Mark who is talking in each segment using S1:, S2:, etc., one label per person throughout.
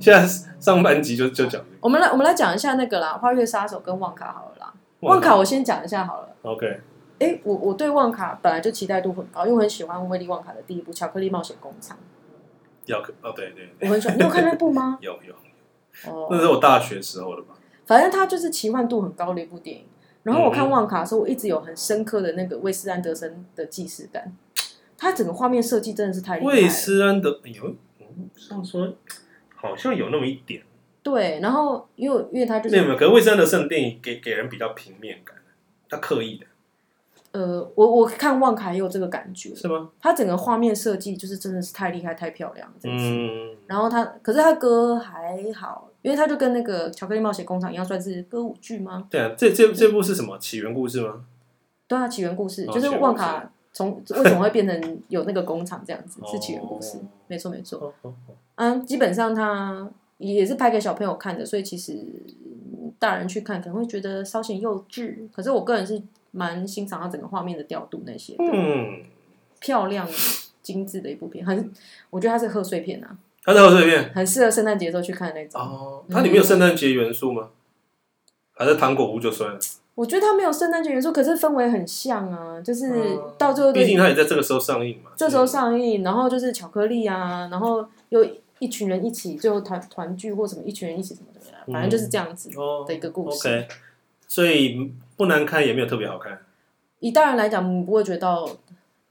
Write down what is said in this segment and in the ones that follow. S1: 现在上半集就就讲这
S2: 我们来我们来讲一下那个啦，《花月杀手》跟旺卡好了啦。
S1: 个
S2: 旺卡我先讲一下好了。
S1: OK，
S2: 哎，我我对旺卡本来就期待度很高，因为我很喜欢威利旺卡的第一部《巧克力冒险工厂
S1: 要可哦对对》，？
S2: 我很喜欢。你有看那部吗
S1: 有有，那是
S2: 哦，
S1: 我大学时候的吧？
S2: 反正它就是期望度很高的一部电影。然后我
S1: 嗯
S2: 看
S1: 嗯
S2: 旺卡的时候，我一直有很深刻的那个魏斯安德森的既视感，它整个画面设计真的是太厉害了。
S1: 魏斯安德有，嗯这样说好像有那么一点，
S2: 对，然后因为因为它就
S1: 没有没
S2: 是
S1: 有，可是魏斯安德森的电影给给人比较平面感，他刻意的
S2: 呃，我我看旺卡也有这个感觉，
S1: 是吗？
S2: 它整个画面设计就是真的是太厉害、太漂亮了，这次。
S1: 嗯，
S2: 然后他，可是他歌还好，因为他就跟那个《巧克力冒险工厂》一样，算是歌舞剧吗？
S1: 对啊，这这这部是什么起源故事吗？
S2: 对啊，起源故事、
S1: 哦
S2: 就是旺卡从为什么会变成有那个工厂这样子，是起源故事，
S1: 哦
S2: 没错没错。
S1: 哦哦哦
S2: 嗯，基本上他也是拍给小朋友看的，所以其实嗯大人去看可能会觉得稍显幼稚，可是我个人是蛮欣赏他整个画面的调度那些的，
S1: 嗯，
S2: 漂亮精致的一部片，很我觉得它是贺岁片啊，
S1: 他在贺岁片
S2: 很适合圣诞节的时候去看的那种。
S1: 哦，它里面有圣诞节元素
S2: 嗯
S1: 吗？还是糖果屋就算了，
S2: 我觉得它没有圣诞节元素，可是氛围很像啊，就是
S1: 嗯
S2: 到最后
S1: 毕
S2: 对
S1: 竟它也在这个时候上映嘛。
S2: 这时候上映，然后就是巧克力啊，然后又一群人一起，最后团团聚或什么一群人一起什么的，啊反正就是这样子
S1: 哦
S2: 的一个故事。
S1: OK，所以不难看，也没有特别好看。
S2: 以大人来讲，你不会觉得到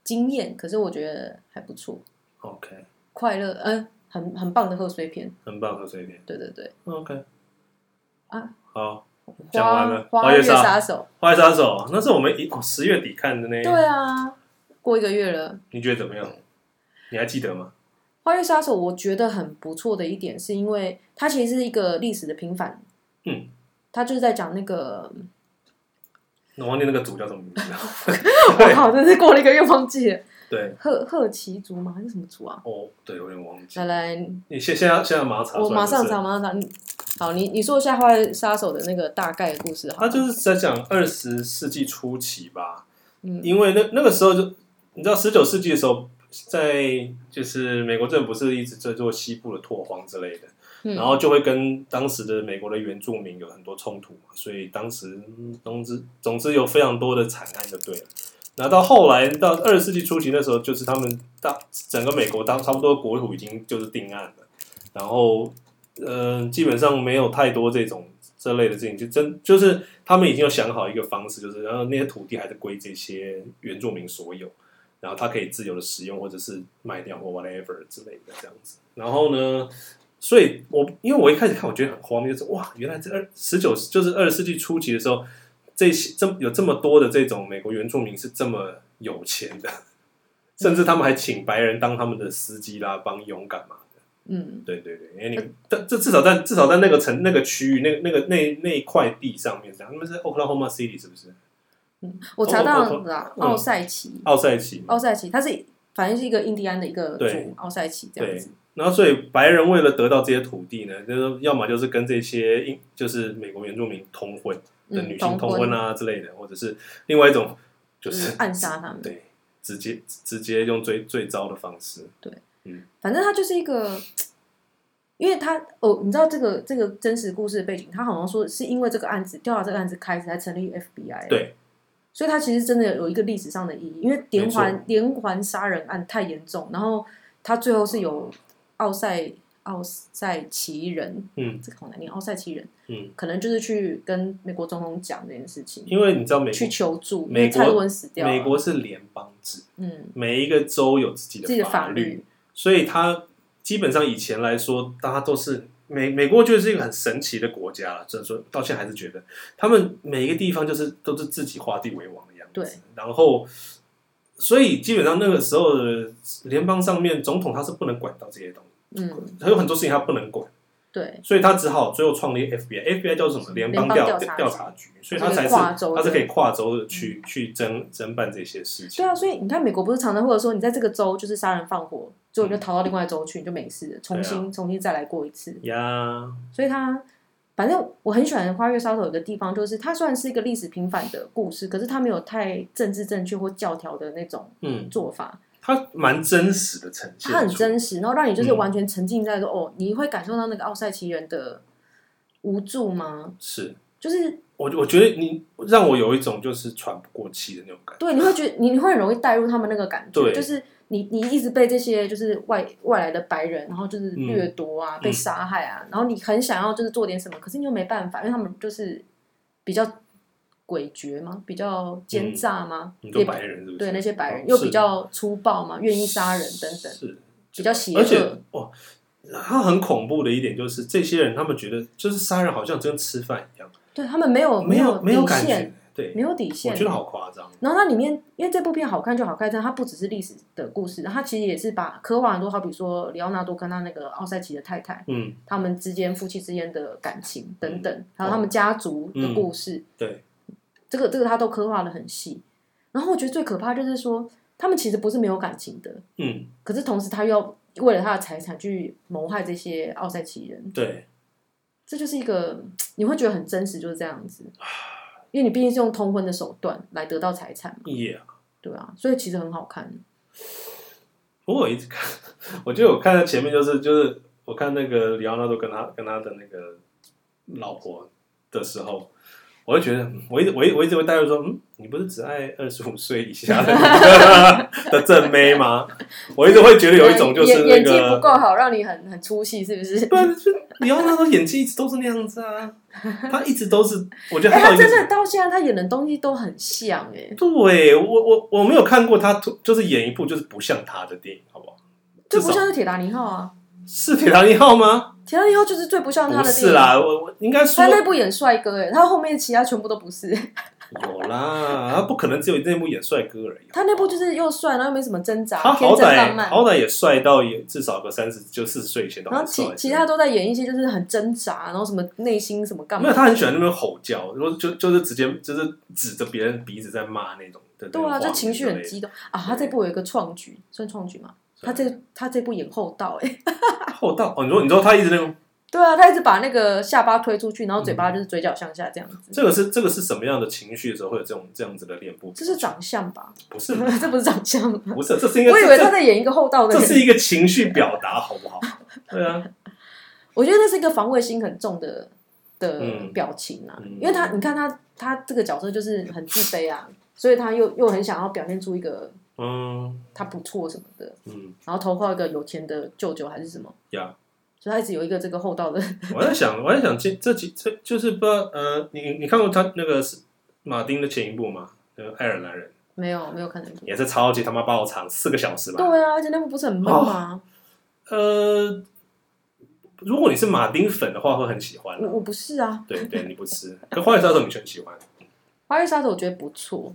S2: 惊艳，可是我觉得还不错，
S1: OK，
S2: 快乐，嗯，很很棒的贺岁片，
S1: 很棒贺岁片。
S2: 对对对。
S1: OK，
S2: 啊，
S1: 好，讲完
S2: 花
S1: 了
S2: 花
S1: 花月
S2: 月
S1: 杀
S2: 杀手，
S1: 《花月杀手》那是我们一哦十月底看的呢，
S2: 对啊，过一个月了。
S1: 你觉得怎么样？你还记得吗？
S2: 《花月杀手》我觉得很不错的一点，是因为它其实是一个历史的平反。
S1: 嗯，
S2: 它就是在讲那个，
S1: 我忘记那个组叫什么名字了。
S2: 我靠，真是过了一个月忘记了，
S1: 对，
S2: 赫赫奇族吗？还是什么族啊？
S1: 哦，对，有点忘记
S2: 来。来，
S1: 你现现在现在马上查出来，
S2: 我马上
S1: 是不是
S2: 找，马上找。你好，你你说一下《花月杀手》的那个大概的故事好
S1: 他
S2: 了。
S1: 就是在讲二十世纪初期吧，
S2: 嗯
S1: 因为那那个时候就你知道，十九世纪的时候，在就是美国政府是一直在做西部的拓荒之类的，
S2: 嗯
S1: 然后就会跟当时的美国的原住民有很多冲突嘛，所以当时嗯总之总之有非常多的惨案就对了。那到后来到二十世纪初期那时候，就是他们大整个美国当差不多国土已经就是定案了，然后呃基本上没有太多这种这类的事情，就真就是他们已经有想好一个方式，就是然后那些土地还是归这些原住民所有，然后他可以自由的使用，或者是卖掉或 whatever 之类的这样子。然后呢，所以我因为我一开始看我觉得很荒谬，就是哇，原来这二十九就是二十世纪初期的时候，这些这有这么多的这种美国原住民是这么有钱的， 甚至他们还请白人当他们的司机啦，帮佣干嘛的。
S2: 嗯，
S1: 对对对，因为你们但这至少在至少在那个城那个区域那那个那那一块地上面，这样他们是 Oklahoma City 是不是？
S2: 嗯我查到
S1: 哦
S2: 了啦，
S1: 哦哦嗯
S2: 奥赛奇，
S1: 奥赛奇嘛。
S2: 奥赛奇，它是反正是一个印第安的一个
S1: 对
S2: 族，奥赛奇这样
S1: 对
S2: 子。，
S1: 然后所以白人为了得到这些土地呢，就是要么就是跟这些英就是美国原住民通婚的
S2: 嗯，
S1: 女性
S2: 同
S1: 通婚啊之类的，或者是另外一种就是
S2: 嗯暗杀他 们。
S1: 对直接直接用最最糟的方式。
S2: 反正它就是一个，因为它哦，你知道这个这个真实故事的背景，他好像说是因为这个案子调查这个案子开始才成立 FBI，
S1: 对，
S2: 所以它其实真的有一个历史上的意义，因为连
S1: 没
S2: 环连环杀人案太严重，然后他最后是有奥赛奥赛奇人，
S1: 嗯
S2: 这个好难念，奥赛奇人
S1: 嗯，
S2: 可能就是去跟美国总统讲这件事情，
S1: 因为你知道美
S2: 去
S1: 国
S2: 求助，因
S1: 美
S2: 为
S1: 国
S2: 蔡英文死掉了，啊
S1: 美国是联邦制，
S2: 嗯
S1: 每一个州有自己
S2: 自己
S1: 的
S2: 的法律
S1: 律，所以它基本上以前来说，大家都是美美国就是一个很神奇的国家了，只能说到现在还是觉得他们每一个地方就是都是自己画地为王的样子。
S2: 对，
S1: 然后所以基本上那个时候的联邦上面总统他是不能管到这些东西，
S2: 嗯，
S1: 他有很多事情他不能管，
S2: 对，
S1: 所以他只好最后创立 FBI，FBI 叫做什么联邦
S2: 邦
S1: 调
S2: 调查局
S1: 调查局，所以他才是
S2: 就是跨州的嗯
S1: 他是可以跨州的去去侦侦办这些事情。
S2: 对啊，所以你看，美国不是常常或者说你在这个州就是杀人放火，结果你就逃到另外一州去，你就没事了，重新、重新再来过一次。
S1: 呀
S2: 所以他反正我很喜欢《花月杀手》有个地方，就是它虽然是一个历史平反的故事，可是它没有太政治正确或教条的那种
S1: 嗯，
S2: 做法，
S1: 它蛮真实的呈现，
S2: 它很，真实，然后让你就是完全沉浸在说、哦，你会感受到那个奥赛奇人的无助吗？
S1: 是
S2: 就是
S1: 我我觉得你让我有一种就是喘不过气的那种感觉，
S2: 对，你会觉得你你会很容易带入他们那个感觉，
S1: 对
S2: 就是你你一直被这些就是外外来的白人，然后就是
S1: 嗯
S2: 掠夺啊，被杀害啊，然后你很想要就是做点什么，可是你又没办法，因为他们就是比较诡谲嘛，比较奸诈嘛，
S1: 嗯你说
S2: 也
S1: 白人是不是？
S2: 对那些白人
S1: 哦
S2: 又
S1: 是
S2: 比较粗暴嘛，愿意杀人等等，
S1: 是
S2: 比较邪
S1: 而且
S2: 恶，
S1: 哦，他很恐怖的一点就是，这些人他们觉得就是杀人好像跟吃饭一样，
S2: 对他们哦没有
S1: 没
S2: 有
S1: 没有
S2: 底
S1: 感
S2: 线
S1: 觉，，对，
S2: 没有底
S1: 我
S2: 线，
S1: 觉得好夸张，
S2: 然后它里面，因为这部片好看就好看在它不只是历史的故事，它其实也是把刻画很多，好比说里奥纳多跟他那个奥赛奇的太太，
S1: 嗯，
S2: 他们之间夫妻之间的感情等等，还有他们家族的故事，
S1: 对，
S2: 这个这个他都刻画的很细。然后我觉得最可怕就是说，他们其实不是没有感情的，
S1: 嗯，
S2: 可是同时他又要为了他的财产去谋害这些奥赛奇人，
S1: 对，
S2: 这就是一个你会觉得很真实，就是这样子，因为你毕竟是用通婚的手段来得到财产嘛，
S1: 也、
S2: 对啊，所以其实很好看。
S1: 我有一直看， 我就有看到前面就是就是我看那个里奥纳多跟他跟他的那个老婆的时候。我就觉得，嗯我一直我一我一直会带入说，嗯，你不是只爱二十五岁以下的 那个的正妹吗？我一直会觉得有一种就是
S2: 演
S1: 那
S2: 演
S1: 个
S2: 技不够好，让你很很出戏，是不是？
S1: 对啊，就李奥纳多演技一直都是那样子啊，他一直都是，我觉得
S2: 哎、
S1: 他到
S2: 他
S1: 一个
S2: 真的到现在他演的东西都很像哎、
S1: 对我我我没有看过他突就是演一部就是不像他的电影，好不好？
S2: 最
S1: 至
S2: 不
S1: 少
S2: 像是《铁达尼号》啊，
S1: 是《铁达尼号》吗？
S2: 《铁达尼号》就是最不像他
S1: 不
S2: 的电影。
S1: 是啦，我我应该说
S2: 他那部演帅哥哎、他后面其他全部都不是。
S1: 有啦，他不可能只有那部演帅哥而已。
S2: 他那部就是又帅，然后又没什么挣扎，
S1: 他
S2: 天
S1: 好
S2: 真浪
S1: 歹
S2: 漫。
S1: 好歹也帅到也至少个三十就四十岁以前都
S2: 然后
S1: 很
S2: 其
S1: 帅。
S2: 其他都在演一些就是很挣扎，然后什么内心什么干
S1: 没
S2: 嘛
S1: 有，？他很喜欢那边吼叫，然后就就是直接就是指着别人鼻子在骂那种的那种
S2: 对
S1: 画
S2: 啊，
S1: 面之类的。
S2: 就情绪很激动啊！他这部有一个创举，算创举嘛？他这他这部演后道哎、
S1: 厚道哦，你说你说他一直那种
S2: 对啊，他一直把那个下巴推出去，然后嘴
S1: 嗯
S2: 巴就是嘴角向下这样子。
S1: 这个是这个是什么样的情绪的时候会有这种这样子的脸部？
S2: 这是长相吧？
S1: 不是
S2: 这不是长相吗？
S1: 不是，这是应该
S2: 我以为
S1: 这
S2: 他在演一个厚道的
S1: 这是
S2: 人，
S1: 一个情绪表达，好不好？对啊，
S2: 我觉得那是一个防卫心很重的的
S1: 嗯
S2: 表情啊，
S1: 嗯
S2: 因为他你看他他这个角色就是很自卑啊，所以他又又很想要表现出一个
S1: 嗯
S2: 他不错什么的，
S1: 嗯
S2: 然后投靠一个有钱的舅舅还是什么，
S1: 呀
S2: 所以他一直有一个这个厚道的，
S1: 我在想，我在想这这几这就是不知道呃，你你看过他那个是马丁的前一部吗？那个爱尔兰人
S2: 没有没有看得出。
S1: 也是超级他妈爆长，四个小时吧。
S2: 对啊，而且那部不是很闷
S1: 哦
S2: 吗？
S1: 呃，如果你是马丁粉的话，会很喜欢
S2: 我
S1: 啦。
S2: 我不是啊，
S1: 对对，你不吃，可《花月杀手》你却很喜欢。
S2: 《花月杀手》我觉得不错。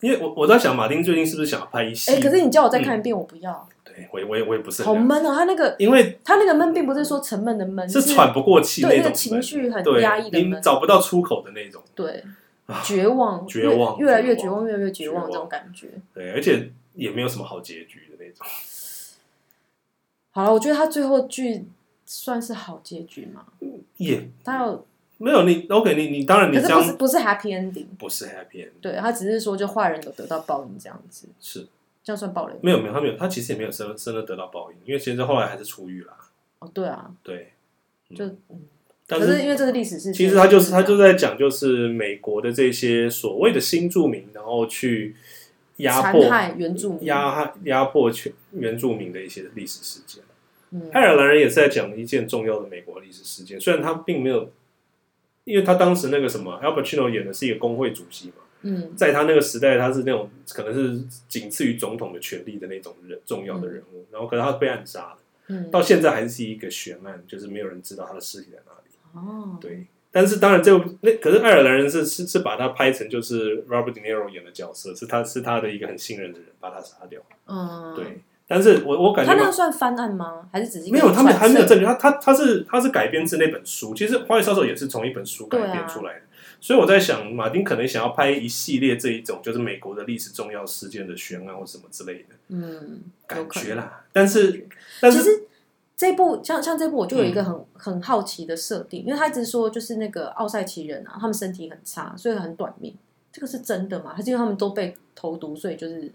S1: 因为我我在想，马丁最近是不是嗯想要拍一系
S2: 哎、
S1: 列？
S2: 可是你叫我再看一遍，我不要，
S1: 对我也我也我也不是很
S2: 好
S1: 了解
S2: 闷哦。他那个
S1: 因为
S2: 他那个闷，并不是说沉闷的闷，
S1: 是喘不过气
S2: 对
S1: 那
S2: 那个
S1: 种
S2: 情绪很
S1: 对
S2: 压抑的
S1: 你
S2: 闷，
S1: 找不到出口的那种。
S2: 对
S1: 啊，
S2: 绝望，
S1: 绝望
S2: 越越来越绝
S1: 绝望
S2: 望，越来越绝
S1: 绝
S2: 望
S1: 望
S2: 这种感觉。
S1: 对，而且也没有什么好结局的那种。
S2: 好了，我觉得他最后剧算是好结局嘛，
S1: 也
S2: 他有，
S1: 没有你 OK，你你当然你
S2: 可
S1: 这
S2: 是不是
S1: 样
S2: 不是 happy ending，
S1: 不是 happy end，
S2: 对他只是说就坏人有得到报应这样子，
S1: 是
S2: 这样算暴雷吗？
S1: 没有没有他没有他其实也没有真真的得到报应，因为其实后来还是出狱啦。
S2: 哦，对啊，
S1: 对，
S2: 就
S1: 嗯
S2: 嗯
S1: 但
S2: 可是因为这是历史事件，嗯
S1: 其实他就是他就在讲就是美国的这些所谓的新著名，然后去压迫
S2: 残害原住民，
S1: 压害压迫全原住民的一些历史事件。
S2: 嗯
S1: 爱尔兰人也是在讲一件重要的美国历史事件，虽然他并没有，因为他当时那个什么 Al Pacino 演的是一个工会主席嘛，
S2: 嗯
S1: 在他那个时代，他是那种可能是仅次于总统的权力的那种人重要的人物，然后可是他被暗杀了，
S2: 嗯，
S1: 到现在还是一个悬案，就是没有人知道他的尸体在哪里。
S2: 哦，
S1: 对，但是当然这部那可是爱尔兰人是是是把他拍成就是 Robert De Niro 演的角色，是他是他的一个很信任的人把他杀掉。
S2: 嗯，
S1: 对，，但是我我感觉
S2: 他那
S1: 蛮
S2: 个算翻案吗？还是只是一个
S1: 没有，他们
S2: 揣测
S1: 还没有证据。他他他是他是改编自那本书，其实《花月杀手》也是从一本书改
S2: 对啊
S1: 编出来的。所以我在想，马丁可能想要拍一系列这一种，就是美国的历史重要事件的悬案或什么之类的
S2: 嗯，有
S1: 感
S2: 可能
S1: 觉啦。但是但
S2: 其
S1: 是
S2: 实这部像像这部，我就有一个很、很好奇的设定，因为他一直说就是那个奥赛奇人啊，他们身体很差，所以很短命。这个是真的吗？还是因为他们都被投毒，所以就是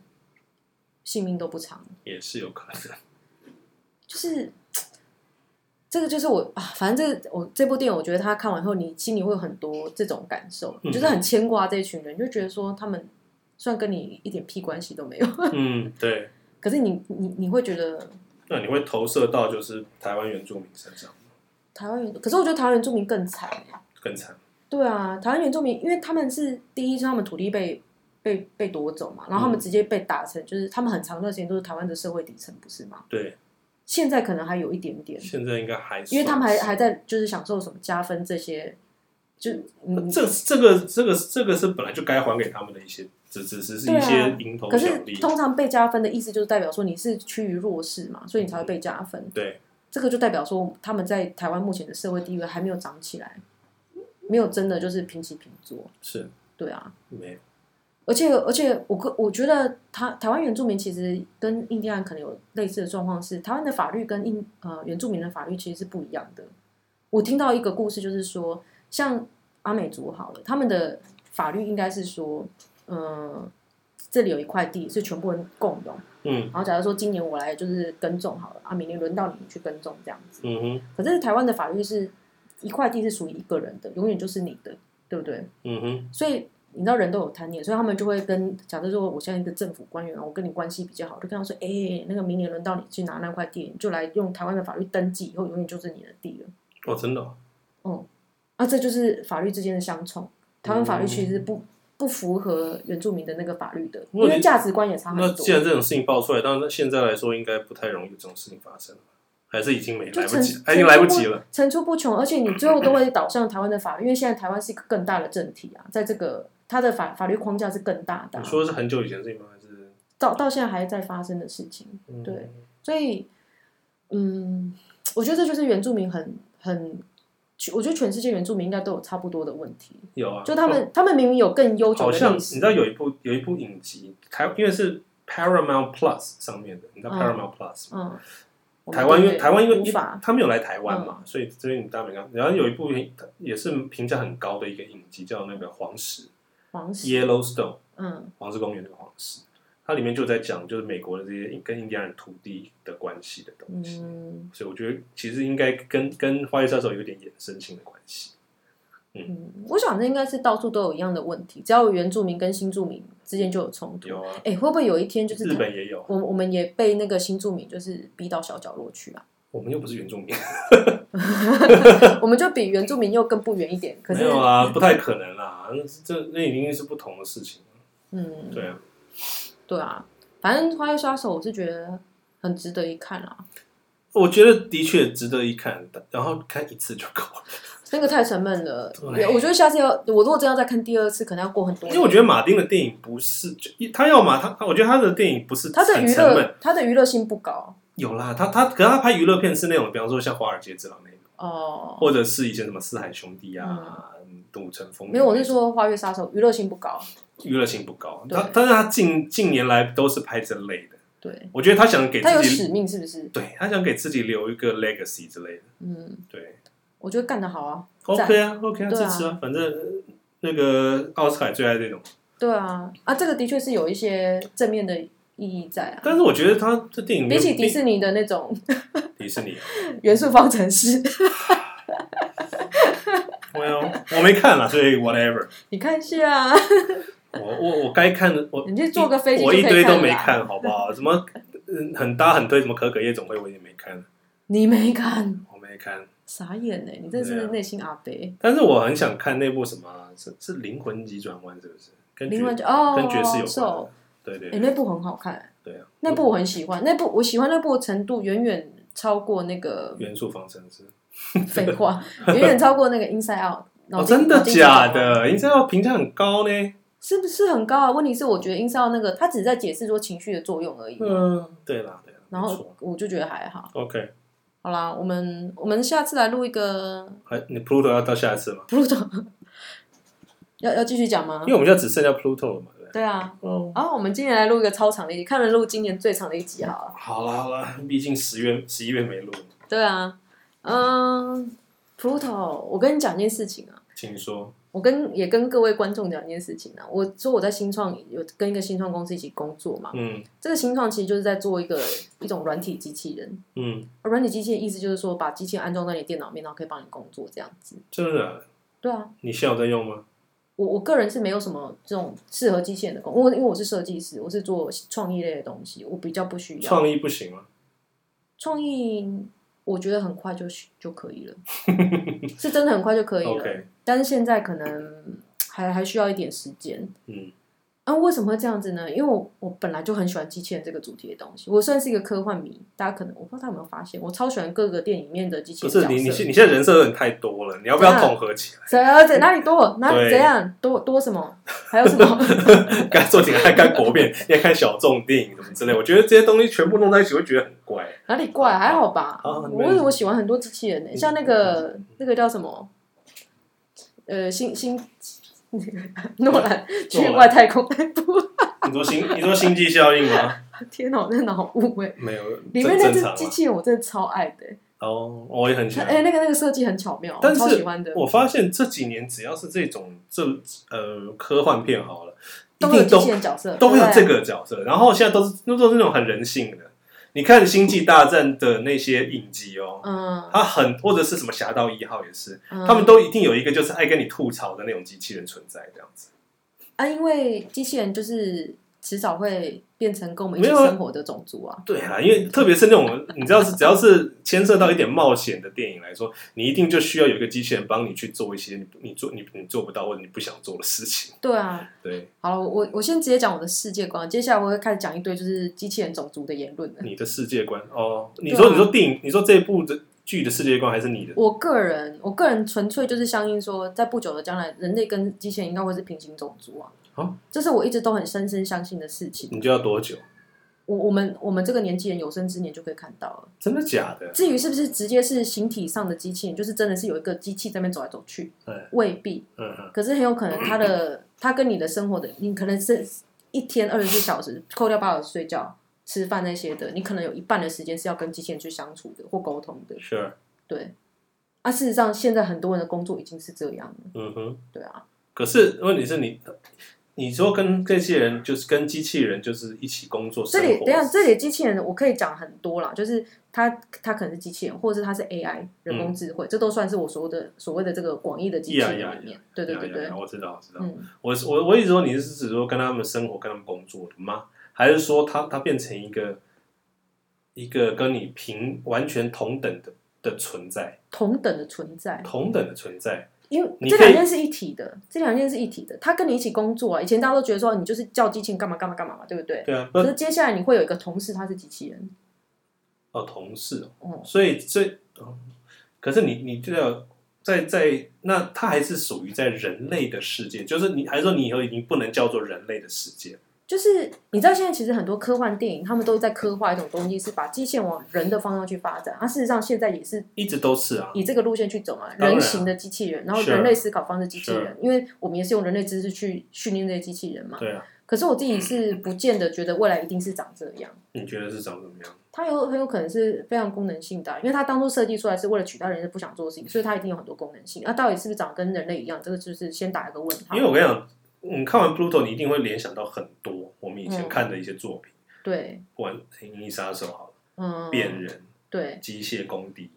S2: 性命都不长？
S1: 也是有可能的。
S2: 就是这个，就是我啊，反正这个我这部电影，我觉得他看完后，你心里会有很多这种感受，
S1: 嗯
S2: 就是很牵挂这一群人，你就觉得说他们虽然跟你一点屁关系都没有，
S1: 嗯，对。
S2: 可是你你你会觉得
S1: 那你会投射到就是台湾原住民身上，
S2: 台湾原，可是我觉得台湾原住民更惨、欸。
S1: 更惨。
S2: 对啊，台湾原住民，因为他们是第一，是他们土地被被被夺走嘛，然后他们
S1: 嗯
S2: 直接被打成，就是他们很长一段时间都是台湾的社会底层，不是吗？
S1: 对，
S2: 现在可能还有一点点，
S1: 现在应该还算，
S2: 因为他们还还在就是享受什么加分这些，就嗯，
S1: 这这个这个这个是本来就该还给他们的一些，只只只是
S2: 对
S1: 一
S2: 啊
S1: 些蝇头
S2: 可
S1: 小
S2: 是
S1: 利。
S2: 通常被加分的意思就是代表说你是趋于弱势嘛，所以你才会被加分。
S1: 对，
S2: 这个就代表说他们在台湾目前的社会地位还没有长起来，没有真的就是平起平坐。
S1: 是
S2: 对啊，
S1: 没有
S2: 而且而且我个我觉得他台湾原住民其实跟印第安可能有类似的状况是，台湾的法律跟印呃原住民的法律其实是不一样的。我听到一个故事，就是说，像阿美族好了，他们的法律应该是说，嗯、这里有一块地是全部人共用，
S1: 嗯
S2: 然后假如说今年我来就是耕种好了，啊，明年轮到你去耕种这样子。
S1: 嗯哼
S2: 可是台湾的法律是一块地是属于一个人的，永远就是你的，对不对？
S1: 嗯哼
S2: 所以你知道人都有贪念，所以他们就会跟，假设说我现在一个政府官员，我跟你关系比较好，就跟他说，哎、那个明年轮到你去拿那块地，你就来用台湾的法律登记，以后永远就是你的地了。
S1: 哦，真的哦、
S2: 哦、啊，这就是法律之间的相冲。台湾法律其实是不、不符合原住民的那个法律的，因
S1: 哦如果你
S2: 为价值观也差很
S1: 那
S2: 多
S1: 既，然这种事情爆出来，当然现在来说应该不太容易有这种事情发生，还是已经没
S2: 就
S1: 来
S2: 层
S1: 不及，哎已经来不及了。，
S2: 层出不穷，而且你最后都会导向台湾的法律，因为现在台湾是一个更大的政体啊，在这个它的法法律框架是更大的啊、
S1: 你说的是很久以前的事情吗？还是、
S2: 到到现在还在发生的事情。
S1: 嗯、
S2: 对？所以，嗯，我觉得这就是原住民很很，我觉得全世界原住民应该都有差不多的问题，
S1: 有啊，
S2: 就他们、
S1: 哦
S2: 他们明明有更悠久
S1: 好
S2: 的
S1: 像
S2: 历
S1: 你
S2: 史
S1: 知，道有一部有一部影集，台因为是 Paramount Plus 上面的，你知道
S2: 嗯
S1: Paramount Plus 吗？
S2: 嗯，我们
S1: 台湾因
S2: 对
S1: 为台湾因为
S2: 无
S1: 一
S2: 法，嗯
S1: 他们有来台湾嘛，所以所以你大家没看。然后有一部也是评价很高的一个影集，叫那个《黄石
S2: 皇室，
S1: Yellowstone》，
S2: 嗯
S1: 黄石公园那个黄石，它里面就在讲就是美国的这些跟印第安人土地的关系的东西。
S2: 嗯
S1: 所以我觉得其实应该跟跟《花月杀手》有点衍生性的关系。
S2: 嗯，我想这应该是到处都有一样的问题，只要有原住民跟新住民之间就有冲突。
S1: 有啊，
S2: 哎、会不会有一天就是
S1: 日本也有，
S2: 我我们也被那个新住民就是逼到小角落去啊？
S1: 我们又不是原住民，
S2: 我们就比原住民又更不远一点，可
S1: 没
S2: 是
S1: 有啊，不太可能啦。那这那已经是不同的事情了。
S2: 嗯，
S1: 对啊，
S2: 对啊，反正《花月杀手》我是觉得很值得一看啊，
S1: 我觉得的确值得一看，然后看一次就够了。
S2: 那个太沉闷了。
S1: 对
S2: 我觉得下次要，我如果真要再看第二次，可能要过很多
S1: 因
S2: 年。
S1: 为我觉得马丁的电影不是，就他要嘛他，我觉得他的电影不是
S2: 他的
S1: 很
S2: 娱
S1: 沉闷，
S2: 乐，他的娱乐性不高
S1: 有啦，他他可是他拍娱乐片是那种，比方说像《华尔街之狼》那种，
S2: 哦。嗯
S1: 或者是以前什么《四海兄弟》啊，赌城风》。
S2: 没有，我是说《花月杀手》娱乐性不高。
S1: 娱乐性不高，
S2: 对
S1: 他但是他近近年来都是拍这类的，
S2: 对，
S1: 我觉得他想给
S2: 他有
S1: 自己，
S2: 使命是不是？
S1: 对他想给自己留一个 legacy 之类的，
S2: 嗯，
S1: 对
S2: 我觉得干得好啊。赞
S1: ，OK 啊，OK 啊，
S2: 对
S1: 支
S2: 啊
S1: 持啊，反正呃那个奥斯卡最爱这种。
S2: 对啊，啊，这个的确是有一些正面的意义在啊。
S1: 但是我觉得他这电影没
S2: 比
S1: 有
S2: 起迪士尼的那种
S1: 迪士尼啊，
S2: 元素方程式，
S1: 我我没看了，所以 whatever。
S2: 你看一下啊，
S1: 我我我该看的我
S2: 你去坐个飞机就
S1: 我
S2: 可以
S1: 一堆都没
S2: 了啊。
S1: 看，好不好？什么嗯很搭很推什么可可夜总会，我也没看，
S2: 你没看，
S1: 我没看。
S2: 傻眼呢、你真
S1: 对
S2: 是
S1: 啊
S2: 内心阿北。
S1: 但是我很想看那部什么啊是是灵魂急转弯，是不是？跟
S2: 灵魂
S1: 爵
S2: 就哦，
S1: 跟爵士有
S2: 是
S1: 关
S2: 哦
S1: 的。对对
S2: 哎、那部很好看，
S1: 对啊，
S2: 那部我很喜欢，那部我喜欢那部的程度远远超过那个
S1: 元素方程式
S2: 废话，远远超过那个 Inside Out 脑
S1: 哦，
S2: 筋。
S1: 真的
S2: 脑筋急转
S1: 假？
S2: 弯
S1: 的？你知道评价很高呢。
S2: 是不是很高啊？问题是，我觉得 Inside Out 那个它只是在解释说情绪的作用而已。啊
S1: 嗯，对啦对啦，
S2: 然
S1: 没
S2: 后
S1: 错
S2: 我就觉得还好。
S1: OK，
S2: 好啦，我们我们下次来录一个
S1: 还你 Pluto 要到下一次吗？
S2: Pluto，要要继续讲吗
S1: 因？为我们现在只剩下 Pluto 了嘛，对不对？
S2: 对啊，
S1: 哦，
S2: 然后我们今年来录一个超长的一集，看了录今年最长的一集好了。
S1: 好啦好啦，毕竟十月十一月没录，
S2: 对啊，嗯，葡萄，我跟你讲一件事情啊，
S1: 请说。
S2: 我跟也跟各位观众讲一件事情啊，我说我在新创有跟一个新创公司一起工作嘛，
S1: 嗯
S2: 这个新创其实就是在做一个一种软体机器人，
S1: 嗯，
S2: 而软体机器人意思就是说把机器人安装在你电脑面，然后可以帮你工作这样子。
S1: 真的啊，
S2: 对啊，
S1: 你现在有在用吗？
S2: 我我个人是没有什么这种适合机器人的工，我因为我是设计师，我是做创意类的东西，我比较不需要
S1: 创意不行吗？
S2: 创意，我觉得很快就就可以了，是真的很快就可以了。
S1: OK
S2: 但是现在可能还还需要一点时间。
S1: 嗯
S2: 啊，为什么会这样子呢？因为我我本来就很喜欢机器人这个主题的东西，我算是一个科幻迷。大家可能我不知道大家有没有发现，我超喜欢各个电影里面的机器
S1: 不
S2: 人角
S1: 是
S2: 色。
S1: 你，你现你现在人设有点太多了，你要不要
S2: 对啊
S1: 统合起来？
S2: 谁儿子哪里多哪
S1: 对
S2: 怎样多多什么？还有什么？
S1: 该做点爱看国 片，也看小众电影什么之类。我觉得这些东西全部弄在一起，会觉得很怪。
S2: 哪里怪？还好吧。
S1: 好
S2: 我
S1: 哦没嗯
S2: 为什么喜欢很多机器人呢、像那个那个叫什么？呃，新新那个 诺兰去外太空 那部，
S1: 你说星，你说星际效应吗？
S2: 天哪，我真的脑雾哎！
S1: 没有，
S2: 里面那
S1: 正
S2: 只
S1: 常
S2: 机
S1: 啊。
S2: 器人我真的超爱的、
S1: 哦，我也很喜
S2: 它
S1: 欢
S2: 哎、。那个那个设计很巧妙，
S1: 但是
S2: 我超喜欢的。
S1: 我发现这几年只要是这种这呃科幻片好了，一
S2: 都有
S1: 定
S2: 机
S1: 都
S2: 器人角色，
S1: 都会有
S2: 对
S1: 这个角色，然后现在都是都是那种很人性的。你看《星际大战》的那些影集哦，
S2: 嗯，
S1: 它很或者是什么《侠盗一号》也是，
S2: 嗯
S1: 他们都一定有一个就是爱跟你吐槽的那种机器人存在，这样子。
S2: 啊，因为机器人就是迟早会变成跟我们一
S1: 没
S2: 起
S1: 有啊
S2: 生活的种族啊。
S1: 对啊，因为特别是那种你知道是只要是牵涉到一点冒险的电影来说，你一定就需要有一个机器人帮你去做一些你你做你你做不到或者你不想做的事情。
S2: 对啊，
S1: 对，
S2: 好了，我我先直接讲我的世界观，接下来我会开始讲一堆就是机器人种族的言论了。
S1: 你的世界观哦，你
S2: 对啊
S1: 说、你说电影，你说这一部的剧的世界观还是你的？
S2: 我个人，我个人纯粹就是相信说，在不久的将来，人类跟机器人应该会是平行种族啊。
S1: 哦
S2: 这是我一直都很深深相信的事情。
S1: 你就要多久？
S2: 我我们我们这个年纪人有生之年就可以看到了。
S1: 真的假的？
S2: 至于是不是直接是形体上的机器人，就是真的是有一个机器在那边走来走去
S1: 对，
S2: 未必。
S1: 嗯嗯，
S2: 可是很有可能他 的他跟你的生活的，你可能是一天二十四小时，扣掉八小时睡觉、吃饭那些的，你可能有一半的时间是要跟机器人去相处的或沟通的。
S1: 是，
S2: 对，啊，事实上现在很多人的工作已经是这样了，
S1: 嗯哼。
S2: 对啊，
S1: 可是问题是你，你说跟这些人就是跟机器人就是一起工作
S2: 这
S1: 生
S2: 里
S1: 活，
S2: 等一下这里机器人我可以讲很多啦，就是它它可能是机器人，或者是它是 AI 人工智慧，这都算是我所谓的所谓的这个广义的机器人
S1: 嗯呀呀
S2: 里面。对对
S1: 呀
S2: 对对，
S1: 呀呀我知道，我知道。
S2: 嗯，
S1: 我我我一直说你是指说跟他们生活、跟他们工作的吗？还是说他他变成一个一个跟你平完全同等的的存在，
S2: 同等的存在，
S1: 同等的存在？
S2: 因为
S1: 你
S2: 这
S1: 可以
S2: 两件是一体的，这两件是一体的。他跟你一起工作啊，以前大家都觉得说你就是叫机器人干嘛干嘛干嘛嘛，对不对？
S1: 对啊，不
S2: 可是接下来你会有一个同事，他是机器人，
S1: 哦，同事哦，
S2: 哦，
S1: 所以所以、哦可是你你就要在在那，它还是属于在人类的世界，就是你还是说你以后已经不能叫做人类的世界，
S2: 就是你知道现在其实很多科幻电影，他们都在刻画一种东西，是把机器人往人的方向去发展。它、啊事实上现在也是
S1: 一直都是啊，
S2: 以这个路线去走嘛，
S1: 当然啊
S2: 人形的机器人，然后
S1: 是
S2: 人类思考方式机器人，因为我们也是用人类知识去训练这些机器人嘛。
S1: 对啊，
S2: 可是我自己是不见得觉得未来一定是长这样。
S1: 你觉得是长怎么样？
S2: 它有很有可能是非常功能性的啊、因为它当初设计出来是为了取代人类不想做的事情，所以它一定有很多功能性。那、到底是不是长得跟人类一样，这个就是先打一个问号
S1: 因为。我跟你讲，你看完 Pluto，你一定会联想到很多我们以前
S2: 嗯
S1: 看的一些作品，
S2: 对，
S1: 不管《哎银翼杀手》好了，
S2: 嗯，
S1: 变人、
S2: 对，
S1: 机械公敌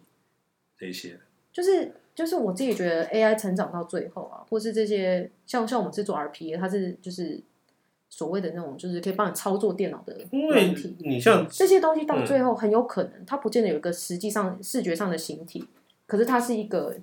S1: 这些，
S2: 就是就是我自己觉得 AI 成长到最后啊，或是这些像像我们是做 RPA，它是就是所谓的那种就是可以帮你操作电脑的
S1: 因
S2: 软
S1: 为嗯
S2: 体，
S1: 你像
S2: 这些东西到最后很有可能，它不见得有一个实际上视觉上的形体，可是它是一个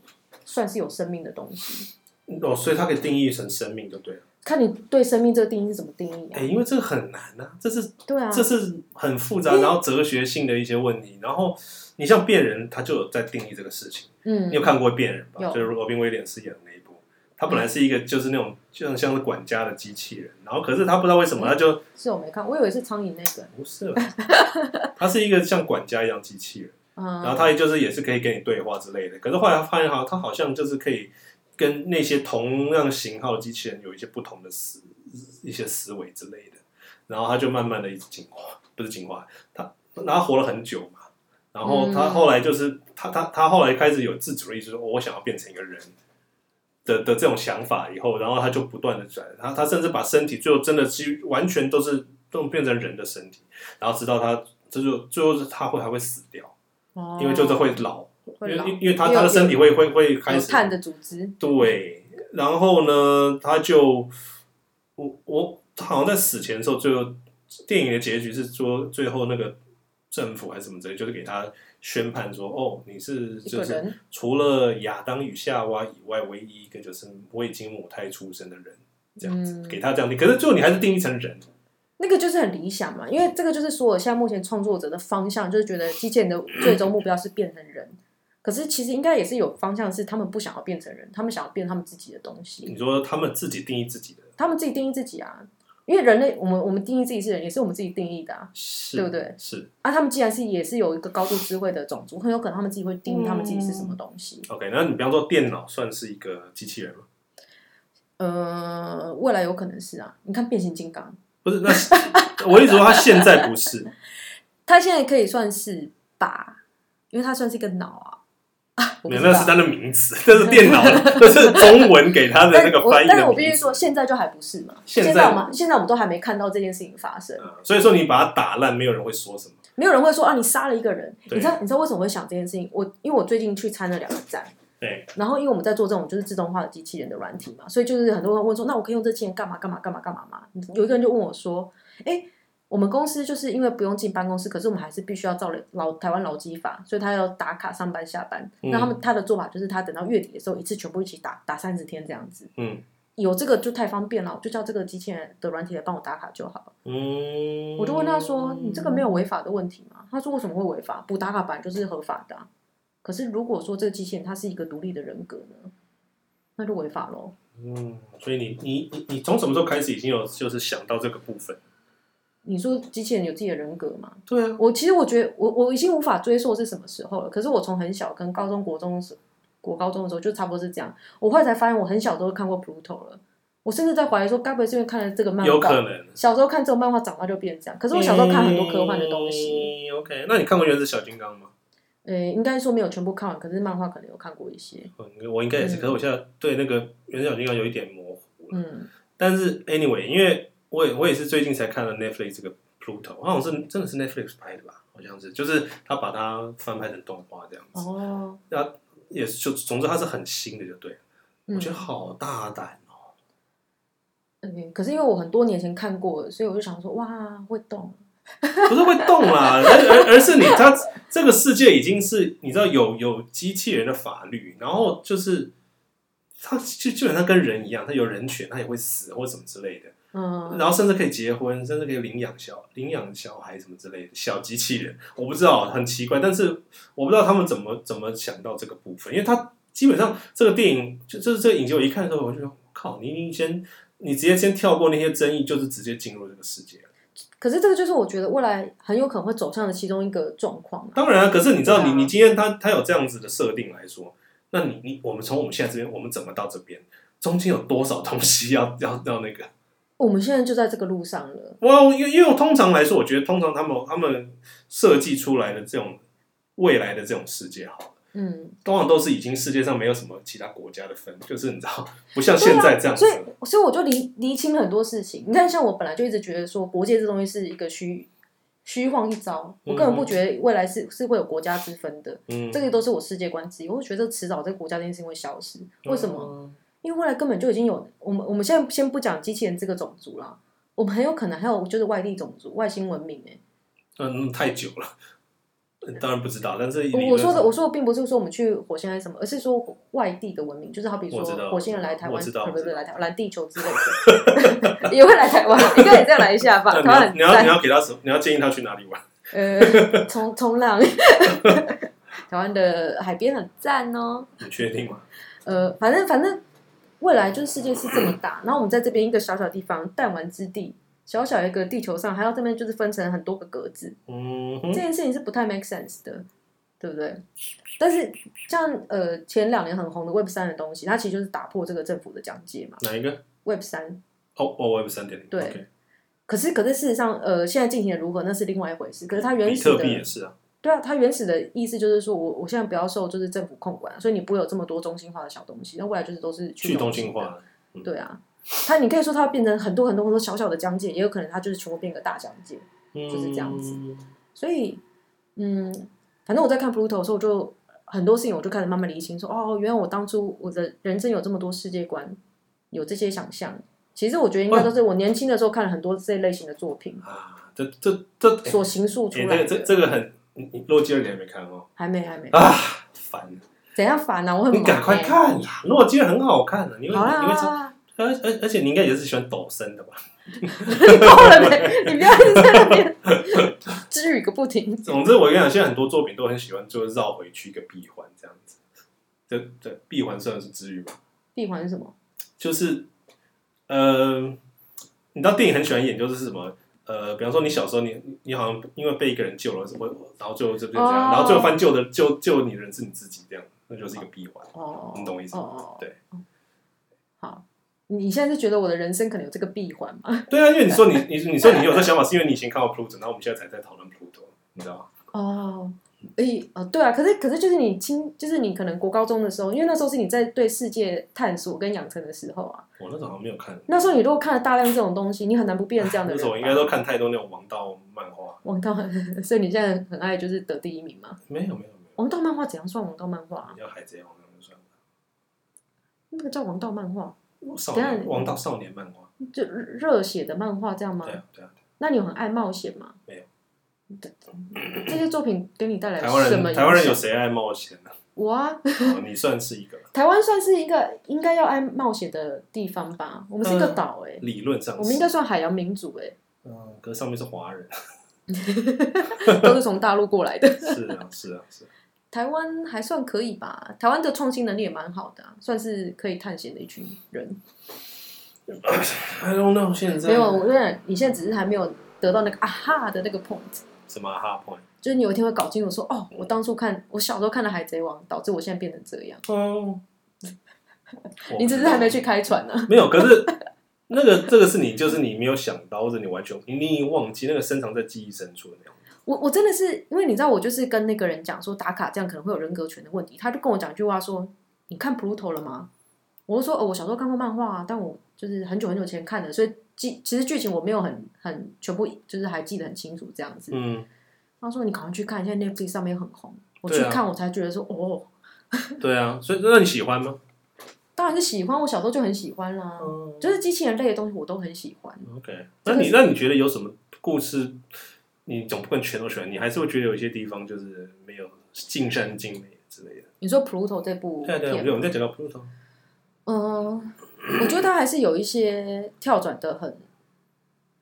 S2: 算是有生命的东西。
S1: 哦，所以它可以定义成生命，就对了。
S2: 看你对生命这个定义是怎么定义啊
S1: 哎，？因为这个很难啊，这是
S2: 对啊，嗯
S1: 这是很复杂，
S2: 因为
S1: 然后哲学性的一些问题。然后你像变人，他就有在定义这个事情。
S2: 嗯
S1: 你有看过变人吧？
S2: 有
S1: 就是罗宾威廉斯演的那一部，他本来是一个就是那种就像像是管家的机器人，然后可是他不知道为什么他就、
S2: 是我没看，我以为是苍蝇那个，
S1: 不是了，他是一个像管家一样机器人，
S2: 嗯，
S1: 然后他也就是也是可以跟你对话之类的。可是后来他发现哈，他好像就是可以跟那些同样型号的机器人有一些不同的思一些思维之类的，然后他就慢慢的一直进化，不是进化，他然后他活了很久嘛，然后他
S2: 嗯
S1: 后来就是、他他他后来开始有自主的意识，说、哦我想要变成一个人的的这种想法以后，然后他就不断的转，他他甚至把身体最后真的去完全都是都变成人的身体，然后直到他这就最后是他会还会死掉，
S2: 哦
S1: 因为就是会老，
S2: 会
S1: 因
S2: 老
S1: 为因为他他的身体会会会开
S2: 有
S1: 始
S2: 碳的组织，
S1: 对，然后呢，他就我我他好像在死前的时候，最后电影的结局是说，最后那个政府还是什么之类，就是给他宣判说，哦，你是就
S2: 一个
S1: 是
S2: 人
S1: 除了亚当与夏娃以外，唯一一个就是未经母胎出生的人，这样子、
S2: 嗯
S1: 给他这样定，可是最后你还是定义成人，
S2: 那个就是很理想嘛，因为这个就是所有现在目前创作者的方向，就是觉得机器人的最终目标是变成人。可是其实应该也是有方向，是他们不想要变成人，他们想要变他们自己的东
S1: 你
S2: 西，
S1: 说他们自己定义自己的
S2: 他们自己定义自己啊。因为人类，我们我们定义自己是人，也是我们自己定义的啊。
S1: 是，
S2: 对不对？
S1: 是
S2: 啊，他们既然是也是有一个高度智慧的种族，很有可能他们自己会定义他们自己是什么东西。
S1: OK，那你比方说电脑算是一个机器人吗？
S2: 呃，未来有可能是啊。你看变形金刚，
S1: 不是，那 我一直说他现在不是。
S2: 它现在可以算是吧，因为它算是一个脑啊。啊，我不
S1: 没有，
S2: 知
S1: 那
S2: 道
S1: 是他的名字， 那是电脑，那是中文给他的那
S2: 但
S1: 个
S2: 我
S1: 翻译
S2: 但是
S1: 的
S2: 我必
S1: 名
S2: 须
S1: 字。
S2: 说，现在就还不是嘛。
S1: 现
S2: 现
S1: 在
S2: 我们现在我们都还没看到这件事情发生，
S1: 嗯，所以说你把它打烂，没有人会说什么。
S2: 没有人会说啊，你杀了一个人。
S1: 对
S2: 你知道你知道为什么会想这件事情？我因为我最近去参了两个展，
S1: 对，
S2: 然后因为我们在做这种就是自动化的机器人的软体嘛，所以就是很多人问说，那我可以用这机器人干嘛干嘛干嘛干嘛嘛？有一个人就问我说，哎。我们公司就是因为不用进办公室，可是我们还是必须要照劳台湾劳基法，所以他要打卡上班下班。
S1: 嗯
S2: 那他们他的做法就是他等到月底的时候，一次全部一起打打三十天这样子。
S1: 嗯
S2: 有这个就太方便了，我就叫这个机器人的软体来帮我打卡就好了。
S1: 嗯，
S2: 我就问他说：“你这个没有违法的问题吗？”他说：“为什么会违法？不打卡本来就是合法的啊、可是如果说这个机器人它是一个独立的人格呢，那就违法喽。
S1: 嗯，所以你你你你从什么时候开始已经有就是想到这个部分？
S2: 你说机器人有自己的人格吗？
S1: 对啊，
S2: 我其实我觉得我我已经无法追溯是什么时候了。可是我从很小跟高中国中的时国高中的时候就差不多是这样。我后来才发现我很小都看过 Pluto 了。我甚至在怀疑说，该不会是因为看了这个漫画？
S1: 有可能。
S2: 小时候看这种漫画，长大就变这样。可
S1: 可
S2: 是我小时候看很多科幻的东西，
S1: 西。OK，那你嗯看过《原子小金刚》吗？
S2: 呃、应该说没有全部看完，可是漫画可能有看过一些。
S1: 嗯我应该也是，
S2: 嗯
S1: 可是我现在对那个《原子小金刚》有一点模糊了。
S2: 嗯，
S1: 但是 anyway，因为我也我也是最近才看了 Netflix 这个 Pluto，好像是真的是 Netflix 拍的吧，好像是，就是他把它翻拍成动画这样子，
S2: 哦，
S1: 那、也是就总之它是很新的，就对了，
S2: 嗯
S1: 我觉得好大胆哦，
S2: 嗯，可是因为我很多年前看过，所以我就想说，哇，会动，
S1: 不是会动啦，而而而是你它这个世界已经是你知道有有机器人的法律，然后就是。它就基本上跟人一样，它有人权，它也会死或什么之类的，
S2: 嗯，
S1: 然后甚至可以结婚，甚至可以领养小领养小孩什么之类的小机器人，我不知道，很奇怪，但是我不知道他们怎么怎么想到这个部分，因为他基本上这个电影就就是这个影集，我一看的时候我就说，靠，你你先你直接先跳过那些争议，就是直接进入这个世界。
S2: 可是这个就是我觉得未来很有可能会走向的其中一个状况啊。
S1: 当然、啊，可是你知道，
S2: 对
S1: 你
S2: 啊
S1: 你今天他他有这样子的设定来说，那你你我们从我们现在这边，我们怎么到这边？中间有多少东西要要要那个？
S2: 我们现在就在这个路上了。
S1: 哇，因为因为通常来说，我觉得通常他们他们设计出来的这种未来的这种世界，好了，
S2: 嗯，
S1: 通常都是已经世界上没有什么其他国家的分，就是你知道，不像现在这样子
S2: 所以，所以我就厘厘清了很多事情。你看，像我本来就一直觉得说，国界这东西是一个虚虚晃一招，我根本不觉得未来是是会有国家之分的。
S1: 嗯，
S2: 这个都是我世界观之一。我会觉得迟早这个国家这件事情会消
S1: 嗯
S2: 失。为什么？
S1: 么？
S2: 因为未来根本就已经有我们，我们现在先不讲机器人这个种族啦，我们很有可能还有就是外地种族、外星文明、欸。
S1: 嗯，太久了，嗯当然不知道，但是理论
S2: 我我说的我说的并不是说我们去火星还是什么，而是说外地的文明，就是好比说
S1: 我知道
S2: 火星人来台
S1: 我
S2: 湾，
S1: 知道
S2: 不
S1: 我
S2: 是
S1: 知
S2: 不
S1: 道
S2: 是来台湾来地球之类 的，也会来台湾，应该也再来一下吧。台湾
S1: 那
S2: 很
S1: 你要你要你
S2: 赞，
S1: 要给他什么？你要建议他去哪里玩？
S2: 呃，冲冲 浪，台湾的海边很赞哦。
S1: 你确定吗？
S2: 呃，反正反正未来就是世界是这么 大，然后我们在这边一个小小地方弹丸之地，小小一个地球上，还要这边就是分成很多个格子，
S1: 嗯
S2: 这
S1: 哼，
S2: 件事情是不太 make sense 的，对不对？但是像呃前两年很红的 Web 三的东西，它其实就是打破这个政府的讲解嘛
S1: 哪一个？
S2: ，Web 三。
S1: 哦哦，Web 三点零，
S2: 对
S1: OK，
S2: 可是，可是事实上，呃，现在进行的如何，那是另外一回事。可是它原
S1: 比
S2: 始
S1: 特
S2: 的
S1: 币也是啊，
S2: 对啊，它原始的意思就是说我我现在不要受就是政府控管，啊所以你不会有这么多中心化的小东西，那未来就是都是
S1: 去中
S2: 中
S1: 心
S2: 心的。
S1: 化，
S2: 对啊，它你可以说它变成很多很多很多小小的疆界，也有可能它就是全部变个大疆界。
S1: 就是
S2: 这样子。所以，嗯，反正我在看 Pluto 的时候，我就很多事情我就开始慢慢理清，说哦，原来我当初我的人生有这么多世界观，有这些想象。其实我觉得应该都是我年轻的时候看了很多这类型的作品
S1: 啊，这这这，哎、
S2: 所形塑出
S1: 哎
S2: 来
S1: 这个这
S2: 的。
S1: 这个很，你你洛基二你还没看哦？
S2: 还没，还没，
S1: 啊，烦！
S2: 怎样烦啊？我很
S1: 你
S2: 忙
S1: 赶快
S2: 欸。
S1: 看啦，洛基二很好看啊的、你会
S2: 好啦，
S1: 你会
S2: 好
S1: 超，
S2: 啦
S1: 而而而且你应该也是喜欢抖森的吧？
S2: 你够了没？你 不要一直在那边 支语个不停。
S1: 总之，我跟你讲，现在很多作品都很喜欢，就是绕回去一个闭环这样子。这这闭环算是治愈吧？
S2: 闭环是什么？
S1: 就是，呃，你知道电影很喜欢演就是什么？呃，比方说你小时候你你你好像因为被一个人救了，我我然后最后这边这样，
S2: 哦
S1: 然后最后翻救的救救你的人是你自己，这样那就是一个闭环。
S2: 哦，
S1: 你懂我意思
S2: 哦哦，哦
S1: 对。
S2: 好，你现在是觉得我的人生可能有这个闭环吗？
S1: 对啊，因为你说你你你说你有这想法，是因为你以前看过 Pluto，然后我们现在才在讨论 Pluto，你知道吗？
S2: 哦，诶，哦，对啊，可是可是就是你青，就是你可能国高中的时候，因为那时候是你在对世界探索跟养成的时候啊。
S1: 我那时候好像没有看，
S2: 那时候你如果看了大量这种东西，你很难不变成这样的
S1: 那
S2: 人
S1: 时
S2: 吧。
S1: 候我应该都看太多那种王道漫画，
S2: 王道， 所以你现在很爱就是得第一名嘛？
S1: 没有没有没有，
S2: 王道漫画怎样算王道漫画、啊？
S1: 你要海贼王那就算了
S2: 那个叫王道漫画，
S1: 少
S2: 等一
S1: 年
S2: 下
S1: 王道少年漫画，
S2: 就热血的漫画这样吗
S1: 对？啊对啊，
S2: 那你有很爱冒险吗？
S1: 没有
S2: 对。这些作品给你带来
S1: 台湾
S2: 什么
S1: 人
S2: 影响？
S1: 台湾人有谁爱冒险呢？
S2: 我啊，
S1: 哦你算是一个
S2: 台湾算是一个应该要爱冒险的地方吧？我们是一个岛哎、
S1: 理论上是，
S2: 我们应该算海洋民主哎、
S1: 嗯，可是上面是华人，
S2: 都是从大陆过来的。
S1: 是啊是啊是啊，
S2: 台湾还算可以吧，台湾的创新能力也蛮好的啊、算是可以探险的一群人。
S1: I don't know 现在
S2: 没有，我认为你现在只是还没有得到那个啊哈的那个 point，
S1: 什么 hard point，
S2: 就是你有一天会搞清楚说，哦，我当初看我小时候看的《海贼王》，导致我现在变成这样。
S1: 哦，我
S2: 你只是还没去开船呢、啊
S1: 没有，可是那个这个是你，就是你没有想到，或者你完全你你忘记那个深藏在记忆深处的那种。
S2: 我我真的是因为你知道，我就是跟那个人讲说打卡这样可能会有人格权的问题，他就跟我讲一句话说：“你看 Pluto 了吗？”我就说：“哦，我小时候看过漫画啊，但我就是很久很久前看的，所以记其实剧情我没有很很全部就是还记得很清楚这样子。
S1: 嗯，
S2: 他说：“你赶快去看，现在 Netflix 上面很红。”我
S1: 对啊
S2: 去看，我才觉得说：“哦，
S1: 对啊，所以那你喜欢吗？
S2: 当然是喜欢，我小时候就很喜欢啦。
S1: 嗯
S2: 就是机器人类的东西我都很喜欢。
S1: ，OK。
S2: 这
S1: 那
S2: 个
S1: 你那你觉得有什么故事？你总不能全都喜欢，你还是会觉得有一些地方就是没有尽善尽美之类的。
S2: 你说 Pluto 这部
S1: 对啊对啊，我
S2: 片
S1: 觉得我们在讲到 Pluto，
S2: 嗯，我觉得他还是有一些跳转的很，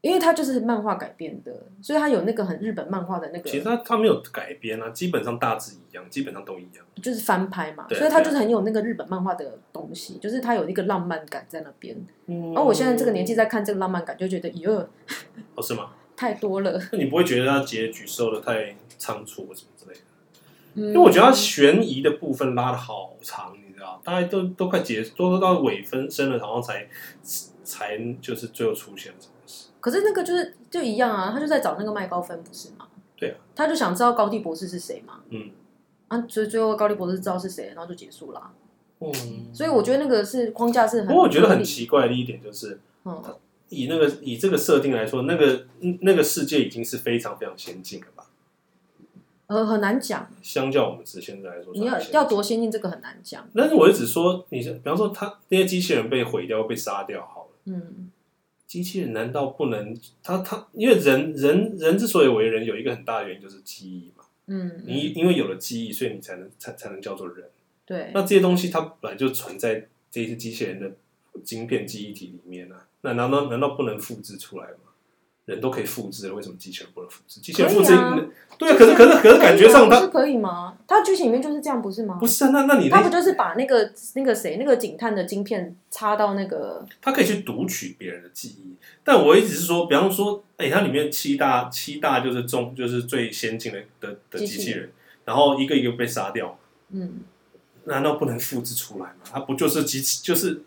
S2: 因为他就是漫画改编的，所以他有那个很日本漫画的那
S1: 其实
S2: 个，
S1: 它它没有改编啊，基本上大致一样，基本上都一样。
S2: 就是翻拍嘛，
S1: 对
S2: 所以他就是很有那个日本漫画的东西，就是他有那个浪漫感在那边。
S1: 嗯
S2: 哦而我现在这个年纪，在看这个浪漫感，就觉得咦哟
S1: 哦是吗？
S2: 太多了。
S1: 那你不会觉得它结局收的太仓促或什么之类的？
S2: 因
S1: 因为我
S2: 嗯
S1: 觉得它悬疑的部分拉的好长，你知道，大家都都快结，都都到尾分声了，然后才才就是最后出现了这件事。
S2: 可是那个就是就一样啊，他就在找那个麦高芬，不是吗？
S1: 对啊，
S2: 他就想知道高地博士是谁嘛，
S1: 嗯
S2: 啊，所以最后高地博士知道是谁，然后就结束了。啊
S1: 嗯，
S2: 所以我觉得那个是框架是很，
S1: 不过我觉得很，奇怪的一点就是，
S2: 嗯，
S1: 以那个以这个设定来说，那个嗯那个世界已经是非常非常先进了吧？
S2: 呃，很难讲。
S1: 相较我们之现在来说，
S2: 你要
S1: 算是先进
S2: 要多先进，这个很难讲。
S1: 但是我一直说，你是比方说他那些机器人被毁掉、被杀掉好了，
S2: 嗯，
S1: 机器人难道不能？他他因为人人人之所以为人，有一个很大的原因就是记忆嘛。
S2: 嗯，
S1: 你因为有了记忆，所以你才能才才能叫做人。
S2: 对
S1: 那这些东西它本来就存在这些机器人的晶片记忆体里面啊，那难道难道不能复制出来吗？人都可以复制了，为什么机器人不能复制？机器人复制，
S2: 可以啊
S1: 对啊，可是可是可是感觉上
S2: 它
S1: 它
S2: 是可以吗？它剧情里面就是这样，不是吗
S1: 不？是啊，那那你
S2: 他不
S1: 那
S2: 就是把那个那个谁那个警探的晶片插到那个
S1: 他可以去读取别人的记忆，但我一直是说，比方说，哎、它里面七大七大就是中就是最先进的的的
S2: 机
S1: 机
S2: 器
S1: 器人，然后一个一个被杀掉，
S2: 嗯
S1: 难道不能复制出来吗？它不就是机器，就是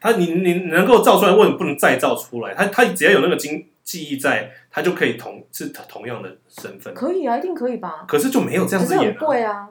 S1: 它你你能够造出来，为什么不能再造出来？它它只要有那个晶记忆在，他就可以同是同样的身份。
S2: 可以啊，一定可以吧？
S1: 可是就没有这样子
S2: 只是
S1: 演
S2: 很
S1: 啊，
S2: 贵啊，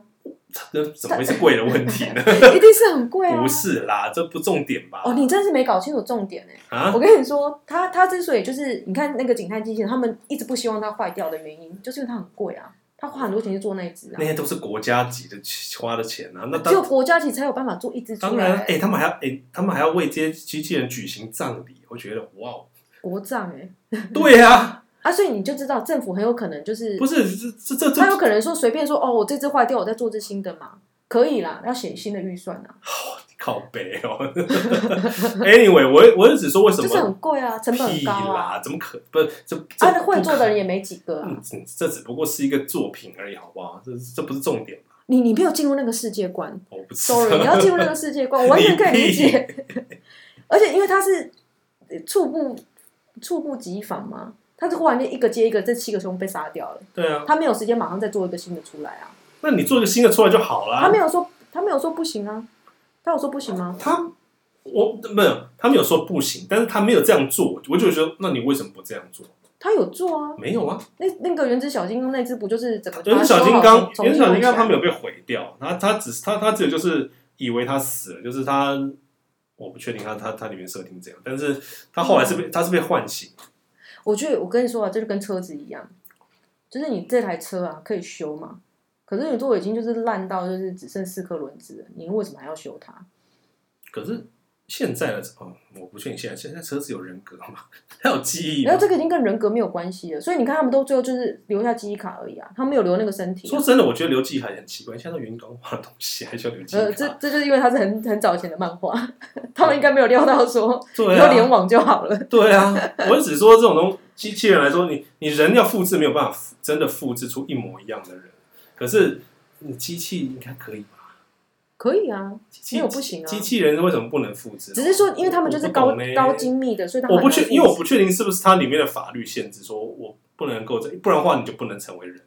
S1: 这怎么会是贵的问题 呢？
S2: 一定是很贵啊。
S1: 不是啦，这不重点吧？
S2: 哦，你真是没搞清楚重点哎、
S1: 啊
S2: 我，跟你说，他他之所以就是你看那个警探机器人，他们一直不希望它坏掉的原因，就是因为它很贵啊，他花很多钱去做那一只啊
S1: 那，些都是国家级的花的钱啊，那
S2: 只有
S1: 当
S2: 国家级才有办法做一只出
S1: 当然
S2: 来，，
S1: 哎、他们还要哎、他们还要为这些机器人举行葬礼，我觉得哇哦，
S2: 国葬哎、
S1: 对啊，
S2: 啊，所以你就知道政府很有可能就是
S1: 不，是这这这
S2: 他有
S1: 这，
S2: 可能说随便说哦，我这只坏掉，我再做只新的嘛，可以啦，要写新的预算啊，
S1: 靠北哦。anyway，我我是只说为什
S2: 就
S1: 么
S2: 是很贵啊，成本很
S1: 屁
S2: 高
S1: 啦，
S2: 啊，
S1: 怎么可不是这这
S2: 啊，会做的人
S1: 也、
S2: 也没几个啊，
S1: 嗯这这只不过是一个作品而已，好不好？这这不是重点吧？
S2: 你你没有进入那个世界观。
S1: 我不知道
S2: Sorry，你要 进入那个世界观，我完全可以理
S1: 你
S2: 解。而且因为它是呃猝不猝不及防嘛，他是忽然间一个接一个，这七个兄被杀掉了，
S1: 对啊，
S2: 他没有时间马上再做一个新的出来啊。
S1: 那你做一个新的出来就好啦。
S2: 他没有说他没有说不行啊，他有说不行吗？
S1: 他我没有，他们有说不行，但是他没有这样做，我就觉得那你为什么不这样做？
S2: 他有做啊，
S1: 没有啊，
S2: 那那个原子小金刚那只不就是怎么
S1: 原子小
S2: 啊
S1: 金刚，原
S2: 原
S1: 子小金刚他没有被毁掉，他他只是他他只有就是以为他死了，就是他我不确定他他他里面设定这样，但是他后来是
S2: 嗯
S1: 被他是被唤醒，
S2: 我觉得我跟你说啊，这就跟车子一样，就是你这台车啊可以修嘛，可是你都已经就是烂到就是只剩四颗轮子了，你为什么还要修它？
S1: 可是。现在的哦，我不确定现在现在车子有人格吗？它有记忆
S2: 然
S1: 吗
S2: 后？这个已经跟人格没有关系了，所以你看他们都最后就是留下记忆卡而已啊，他们没有留那个身体啊、
S1: 说真的，我觉得留记忆还很奇怪，现在都云端化的东西还叫留记忆
S2: 呃，
S1: 卡？
S2: 这这就是因为它是很很早以前的漫画， 他们应该没有料到说
S1: 对
S2: 以
S1: 啊
S2: 后，联网就好了。
S1: 对啊，我只说这种东机器人来说，你你人要复制没有办法复真的复制出一模一样的人，可是你机器应该可以吧？
S2: 可以啊，
S1: 机器
S2: 没有不行啊
S1: 机器人为什么不能复制？
S2: 只是说因为他们就是高
S1: 我不懂欸
S2: 高精密的，所以他们
S1: 我不确，
S2: 很难
S1: 因为我
S2: 复
S1: 不
S2: 制
S1: 确定是不是它里面的法律限制，说我不能够这，不然的话你就不能成为人，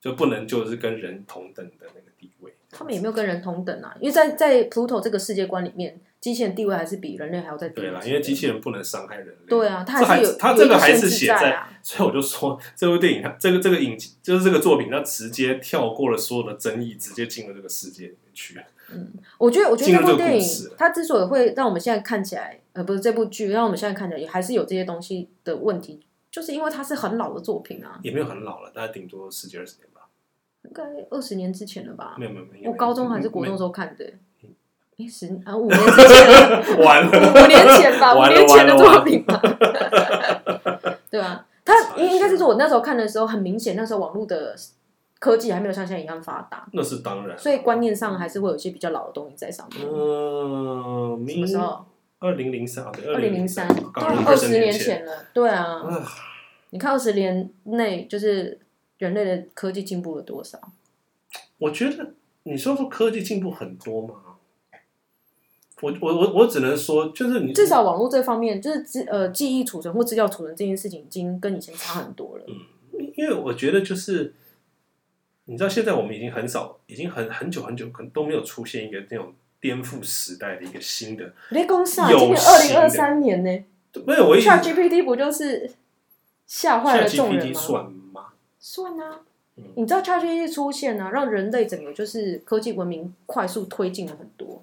S1: 就不能就是跟人同等的那个地位。
S2: 他们也没有跟人同等啊，因为在在 Pluto 这个世界观里面，机器人地位还是比人类还要再低一
S1: 对
S2: 点。
S1: 啦，因为机器人不能伤害人类。
S2: 对啊，
S1: 这
S2: 它
S1: 还
S2: 是有
S1: 它
S2: 有
S1: 这
S2: 一
S1: 个还
S2: 限
S1: 是
S2: 制
S1: 写
S2: 在
S1: 在
S2: 啊。
S1: 所以我就说，这部电影它这个这个影集就是这个作品，它直接跳过了所有的争议，直接进入这个世界里面去。
S2: 我觉得，我觉得
S1: 进入
S2: 这部
S1: 这个故
S2: 电
S1: 事
S2: 影它之所以会让我们现在看起来，呃，不是这部剧让我们现在看起来也还是有这些东西的问题，就是因为它是很老的作品啊，
S1: 也没有很老了，大概顶多十几二十年吧。
S2: 应该二十年之前了吧
S1: 没？有没有没有，应该
S2: 我
S1: 没有
S2: 高中还是国中的
S1: 没
S2: 时候看的、诶十啊五年之前了，
S1: 有完了，
S2: 五年前吧，五
S1: 完了
S2: 年前的
S1: 完了完了
S2: 作品 吧，对啊，它应应该是说，我那时候看的时候，很明显那时候网络的科技还没有像现在一样发达，
S1: 那是当然。
S2: 所以观念上还是会有一些比较老的东西在上面。
S1: 嗯，
S2: 什么时候？
S1: 二零零三啊，对，
S2: 二零零三，
S1: 刚
S2: 对，
S1: 好
S2: 二十年
S1: 年。
S2: 前了。对啊，
S1: 啊，
S2: 你看二十年内就是人类的科技进步了多少？
S1: 我觉得你说说科技进步很多嘛，我我我我只能说，就是你
S2: 至少网络这方面，就是资呃记忆储存或资料储存这件事情，已经跟以前差很多了。
S1: 嗯因为我觉得就是，你知道现在我们已经很少，已经很很久很久，可能都没有出现一个那种颠覆时代的一个新的。
S2: 雷公上
S1: 有
S2: 今年二
S1: 形
S2: 零
S1: 的
S2: 二三年呢
S1: 没有，我一直
S2: ，Chat GPT 不就是吓坏了众人
S1: GPT
S2: 吗？
S1: 算吗？
S2: 算啊
S1: 嗯。
S2: 你知道 ChatGPT 出现啊，让人类整个就是科技文明快速推进了很多，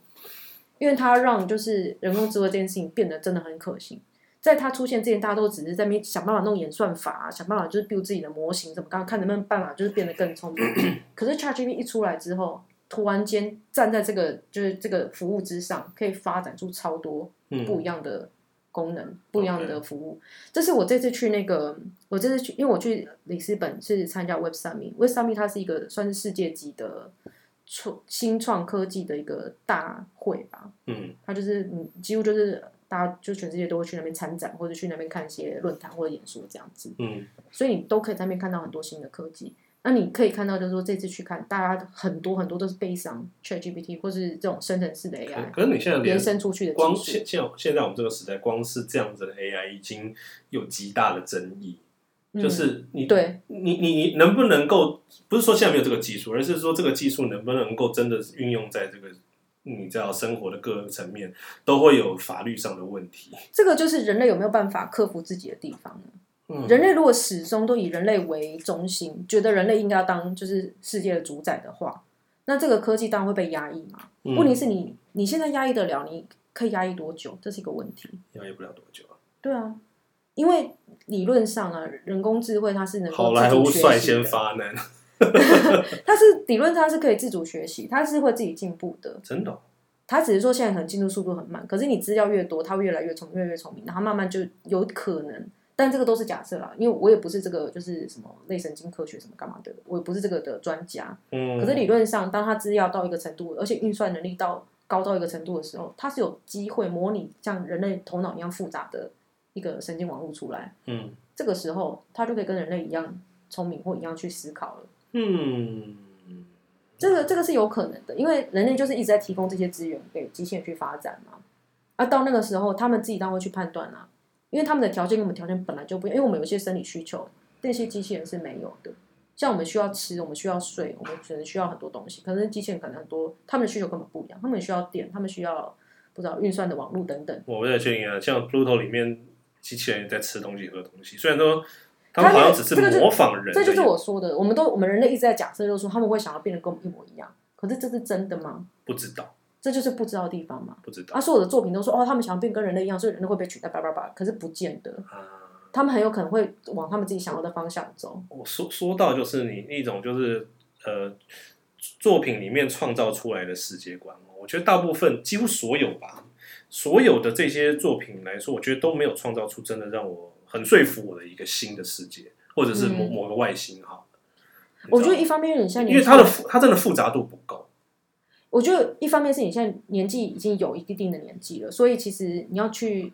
S2: 因为它让就是人工智慧这件事情变得真的很可行。在它出现之前，大家都只是在那边想办法弄演算法啊，想办法就是 build 自己的模型，怎么看看能不能办法就是变得更聪明。可是 ChatGPT 一出来之后，突然间站在这个就是这个服务之上，可以发展出超多
S1: 嗯
S2: 不一样的功能、不一样的服务。这是我这次去那个，我这次去，因为我去里斯本是参加 Web Summit，Web Summit 它是一个算是世界级的创新创科技的一个大会吧，
S1: 嗯
S2: 它就是你几乎就是大家就全世界都会去那边参展，或者去那边看一些论坛或者演说这样子。
S1: 嗯，
S2: 所以你都可以在那边看到很多新的科技。那你可以看到，就是说这次去看，大家很多很多都是背上 ChatGPT 或是这种生成式的 AI
S1: 可是你现在连
S2: 啊延伸出去的技
S1: 光
S2: 术。
S1: 现现现在我们这个时代，光是这样子的 AI 已经有极大的争议，就
S2: 嗯
S1: 是你
S2: 对
S1: 你你你能不能够，不是说现在没有这个技术，而是说这个技术能不能够真的运用在这个你知道生活的各个层面，都会有法律上的问题。
S2: 这个就是人类有没有办法克服自己的地方呢？
S1: 嗯
S2: 人类如果始终都以人类为中心，觉得人类应该要当就是世界的主宰的话，那这个科技当然会被压抑嘛。
S1: 嗯
S2: 问题是你你现在压抑得了，你可以压抑多久？这是一个问题。
S1: 压抑不了多久啊。
S2: 对啊，因为理论上啊，人工智慧它是能
S1: 好
S2: 够
S1: 莱
S2: 自
S1: 坞
S2: 主
S1: 率
S2: 学习
S1: 先
S2: 的，
S1: 发难，
S2: 它是理论上它是可以自主学习，它是会自己进步的。
S1: 真的哦、
S2: 它只是说现在可能进度速度很慢，可是你资料越多，它会越来越聪明，越来越聪明，然后慢慢就有可能。但这个都是假设啦，因为我也不是这个就是什么类神经科学什么干嘛的，我也不是这个的专家。
S1: 嗯，
S2: 可是理论上，当它资料到一个程度，而且运算能力到高到一个程度的时候，它是有机会模拟像人类头脑一样复杂的一个神经网络出来。
S1: 嗯
S2: 这个时候，它就可以跟人类一样聪明或一样去思考了。
S1: 嗯，
S2: 这个这个是有可能的，因为人类就是一直在提供这些资源给机器人去发展嘛。啊，到那个时候，他们自己当然会去判断啦、因为他们的条件跟我们条件本来就不一样，因为我们有一些生理需求，那些机器人是没有的。像我们需要吃，我们需要睡，我们可能需要很多东西，可是机器人可能很多，他们的需求根本不一样，他们需要电，他们需要不知道运算的网络等等。
S1: 我不太确定啊。像 Pluto 里面机器人也在吃东西、喝东西，虽然说他
S2: 它
S1: 们
S2: 那
S1: 好
S2: 个
S1: 像只是
S2: 这个就
S1: 模仿人而已，
S2: 这就是我说的，我们都我们人类一直在假设，就是说他们会想要变得跟我们一模一样，可是这是真的吗？
S1: 不知道，
S2: 这就是不知道的地方嘛。
S1: 不知道
S2: 啊，所有的作品都说哦，他们想要变跟人类一样，所以人类会被取代，叭叭叭。可是不见得，
S1: 啊。
S2: 他们很有可能会往他们自己想要的方向走。
S1: 我说说到就是你一种就是呃作品里面创造出来的世界观，我觉得大部分几乎所有吧，所有的这些作品来说，我觉得都没有创造出真的让我很说服我的一个新的世界，或者是某、
S2: 嗯
S1: 某个外星哈。你知道
S2: 我
S1: 吗
S2: 觉得一方面是你现在
S1: 因
S2: 年
S1: 为
S2: 纪
S1: 它的复它真的复杂度不够，
S2: 我觉得一方面是你现在年纪已经有一定的年纪了，所以其实你要去，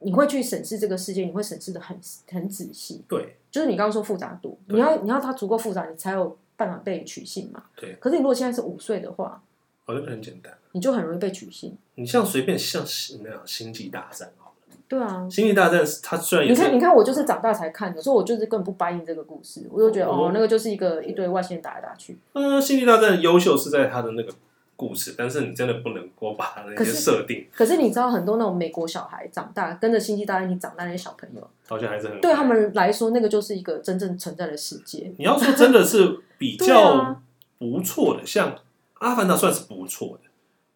S2: 你会去审视这个世界，你会审视的很很仔细。
S1: 对
S2: 就是你刚刚说复杂度，
S1: 对
S2: 你要你要它足够复杂，你才有办法被取信嘛。
S1: 对，
S2: 可是你如果现在是五岁的话，
S1: 好像很简单。
S2: 你就很容易被取信。
S1: 你像随便像那样《星际大战》好了，
S2: 对啊
S1: 《，星际大战》它虽然也
S2: 你
S1: 是
S2: 看，你看，我就是长大才看的，所以我就是根本不答应这个故事，我就觉得
S1: 我
S2: 哦，那个就是一个一堆外星人打来打去。
S1: 呃，《星际大战》优秀是在它的那个故事，但是你真的不能够把它那
S2: 可
S1: 些
S2: 是
S1: 设定，
S2: 可是你知道，很多那种美国小孩长大跟着星际大战一起长大那些小朋友，
S1: 好像还是很
S2: 对他们来说，那个就是一个真正存在的世界。
S1: 你要说真的是比
S2: 对
S1: 较
S2: 啊
S1: 不错的，像《阿凡达》算是不错的，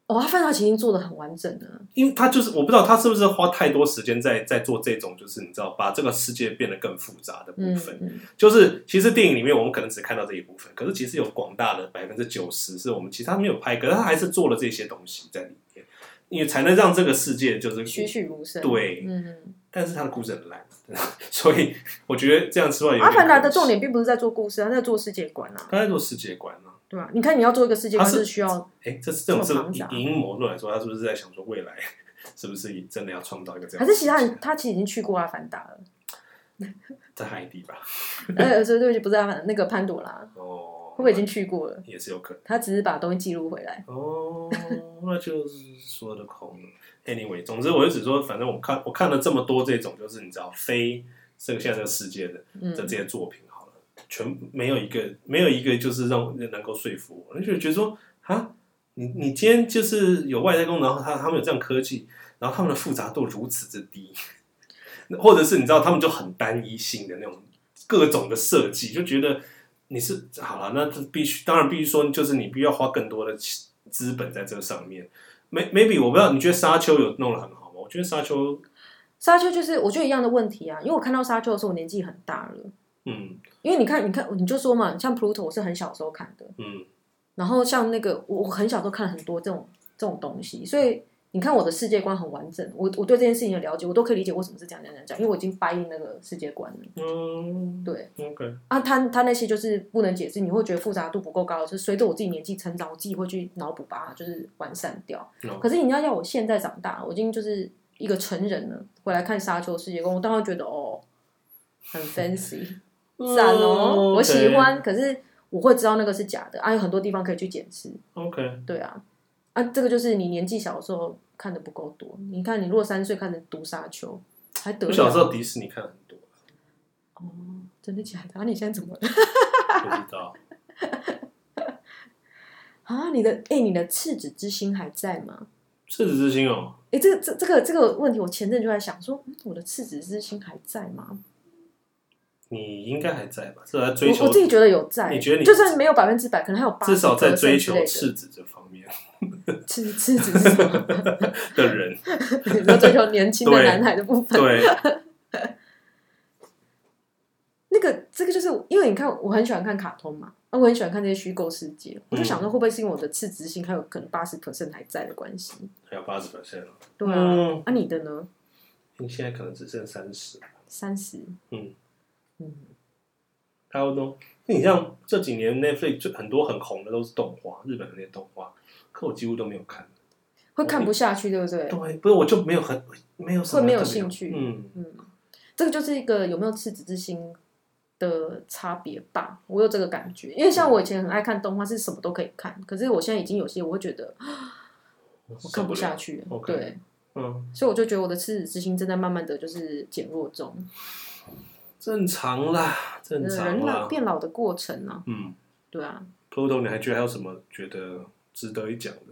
S2: 哦，阿凡达其实做的很完整啊呢。
S1: 因为它就是我不知道它是不是花太多时间在在做这种，就是你知道把这个世界变得更复杂的部
S2: 嗯
S1: 分。
S2: 嗯，
S1: 就是其实电影里面我们可能只看到这一部分，可是其实有广大的百分之九十是我们其他没有拍，可是他还是做了这些东西在里面，因为才能让这个世界就是
S2: 栩栩如生。，
S1: 对，
S2: 嗯，
S1: 但是他的故事很烂， 所以我觉得这样吃完有
S2: 阿
S1: 点
S2: 凡达
S1: 可
S2: 的
S1: 惜
S2: 重，点并不是在做故事，它在做世界观啊，
S1: 他在做世界观啊。
S2: 对吧、你看，你要做一个世界观，
S1: 它是
S2: 是需要
S1: 哎，这是这种
S2: 这么
S1: 是
S2: 庞杂
S1: 以阴谋论来说，他是不是在想说未来 是不是真的要创造一个这样
S2: 还
S1: 的世
S2: 是其
S1: 界？
S2: 他人他其实已经去过阿凡达 了，
S1: 在海底吧？
S2: 呃，所以对不起，不是阿凡达，那个潘朵拉
S1: 哦，
S2: 会不会已经去过了？
S1: 也是有可能。
S2: 他只是把东西记录回来。
S1: 哦，那就是说得空了。Anyway，总之我就只说，反正我看我看了这么多这种，就是你知道非这个现在这个世界的
S2: 嗯
S1: 的，这些作品好了，全没有一个没有一个就是让我能够说服我，我就觉得说啊，你你今天就是有外太空，然后他他们有这样科技，然后他们的复杂度如此之低， 或者是你知道他们就很单一性的那种各种的设计，就觉得你是好了，那就必须当然必须说，就是你必须要花更多的资本在这上面。May- Maybe 我不知道，你觉得沙丘有弄得很好吗？我觉得沙丘，
S2: 沙丘就是我觉得一样的问题啊，因为我看到沙丘的时候，我年纪很大了。
S1: 嗯
S2: 因为你看，你看，你就说嘛，像 Pluto 我是很小的时候看的，
S1: 嗯
S2: 然后像那个我我很小时候看了很多这种这种东西，所以你看我的世界观很完整，我我对这件事情的了解，我都可以理解为什么是这样这样这样这样，因为我已经掰硬那个世界观了。
S1: 嗯
S2: 对
S1: ，OK，
S2: 啊，他他那些就是不能解释，你会觉得复杂度不够高，就是随着我自己年纪成长，我自己会去脑补把它就是完善掉。
S1: 嗯
S2: 可是你要要我现在长大，我已经就是一个成人了，回来看沙丘世界观，我当然觉得哦，很 fancy。赞
S1: 嗯
S2: 哦，我喜
S1: 啊
S2: 欢。可是我会知道那个是假的，啊，有很多地方可以去检视。
S1: OK，
S2: 对啊，啊，这个就是你年纪小的时候看的不够多。你看，你如果三岁看的《毒沙丘》，还得
S1: 我
S2: 了？
S1: 小时候迪士尼看很 多，
S2: 哦，真的假的？啊，你现在怎么了？
S1: 不知道。
S2: 啊，你的哎、你的赤子之心还在吗？
S1: 赤子之心哦，
S2: 哎、这个这这个这个问题，我前阵就在想说，嗯，我的赤子之心还在吗？
S1: 你应该还在吧？是在追
S2: 我
S1: 求
S2: 我，自己觉得有在，
S1: 你觉得你
S2: 就算没有百分之百，可能还有八
S1: 至少在追
S2: 之
S1: 求
S2: 类的
S1: 赤子这方 面
S2: 赤赤子是什么？
S1: 的人。
S2: 你说追求年轻的
S1: 对
S2: 男孩的部分，
S1: 对，
S2: 那个这个就是因为你看，我很喜欢看卡通嘛，啊，我很喜欢看这些虚构世界，
S1: 嗯
S2: 我就想说会不会是因为我的赤子心还有可能八十 percent 还在的关系？
S1: 还有八十 percent 了。
S2: 对啊，
S1: 嗯，
S2: 啊你的呢？
S1: 你现在可能只剩三十。
S2: 三十，
S1: 嗯
S2: 嗯，
S1: 还有呢，那你像这几年 Netflix 就很多很红的都是动画，日本的那些动画，可我几乎都没有看。
S2: 会看不下去，对不对？
S1: 对，不是我就没有很没有什么
S2: 会没有
S1: 特别
S2: 兴趣
S1: 嗯，
S2: 嗯，这个就是一个有没有赤子之心的差别吧，我有这个感觉。因为像我以前很爱看动画，是什么都可以看，可是我现在已经有些我会觉得
S1: 我
S2: 我看不下
S1: 去。
S2: 去了，
S1: OK
S2: 对，
S1: 嗯，
S2: 所以我就觉得我的赤子之心正在慢慢的就是减弱中，呃
S1: 正常啦，正常
S2: 人老
S1: 啦。
S2: 变老的过程啊，
S1: 嗯
S2: 对啊。
S1: ，Pluto，你还觉得还有什么觉得值得一讲的？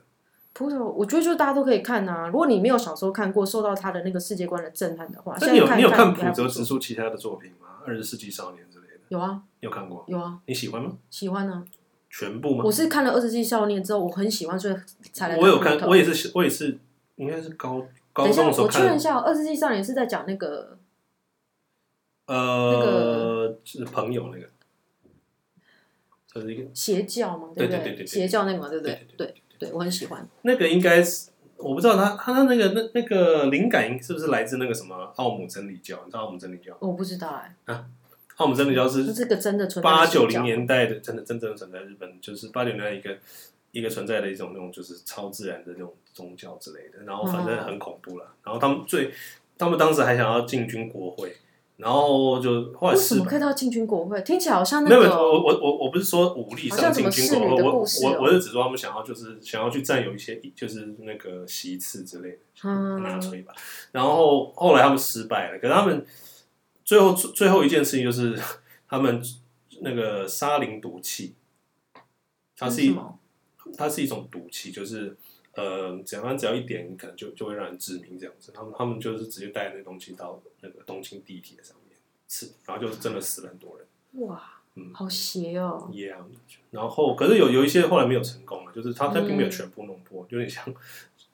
S2: 普手，我觉得就大家都可以看啊。如果你没有小时候看过，受到他的那个世界观的震撼的话，
S1: 那
S2: 现
S1: 你
S2: 在
S1: 有你有看
S2: 看
S1: 浦泽直
S2: 直？
S1: 树其他的作品吗？二十世纪少年之类的，
S2: 有啊，
S1: 你有看过？
S2: 有啊，
S1: 你喜欢吗？
S2: 喜欢啊。
S1: 全部吗？
S2: 我是看了《二十世纪少年》之后，我很喜欢，所以才来。
S1: 我有看，我也是，我也是，应该是高
S2: 等
S1: 高
S2: 一下，
S1: 中的时候
S2: 我确
S1: 看
S2: 认一。下，《二十世纪少年》是在讲那个那
S1: 呃
S2: 个，
S1: 是朋友那个，就是一个
S2: 邪教吗？不
S1: 对对对对对
S2: 邪教那个嘛，对不
S1: 对
S2: 对？对对，我很喜欢。
S1: 那个应该是我不知道他他他那个那那个灵感是不是来自那个什么奥姆真理教？你知道奥姆真理教？
S2: 我不知道哎，
S1: 奥姆真理教
S2: 这
S1: 是
S2: 是个真的存在的
S1: 八
S2: 邪教
S1: 九零年代的，真的真正存在日本，就是八九年代一个一个存在的一种那种就是超自然的那种宗教之类的，然后反正
S2: 哦
S1: 很恐怖了。然后他们最他们当时还想要进军国会，然后就后来
S2: 为什
S1: 失败
S2: 么可以到进军国会？听起来好像那
S1: 没有，没有
S2: 个
S1: 我我我我不是说武力
S2: 好
S1: 上
S2: 像什
S1: 进
S2: 么
S1: 军
S2: 侍
S1: 国会，
S2: 女的
S1: 我
S2: 故事
S1: 我
S2: 哦
S1: 我是指说他们想要就是想要去占有一些就是那个席次之类的，
S2: 嗯
S1: 拿锤吧。然后后来他们失败了，可是他们最后最后一件事情就是他们那个沙林毒气，它是
S2: 什
S1: 一
S2: 么？
S1: 它是一种毒气，就是呃，只要只要一点，可能就就会让人致命这样子。他们他们就是直接带那东西到那个东京地铁上面吃，然后就真的死了很多人。
S2: 哇
S1: 嗯，
S2: 好邪哦！
S1: 一样。然后，可是有有一些后来没有成功了，就是他他并没有全部弄破，有点像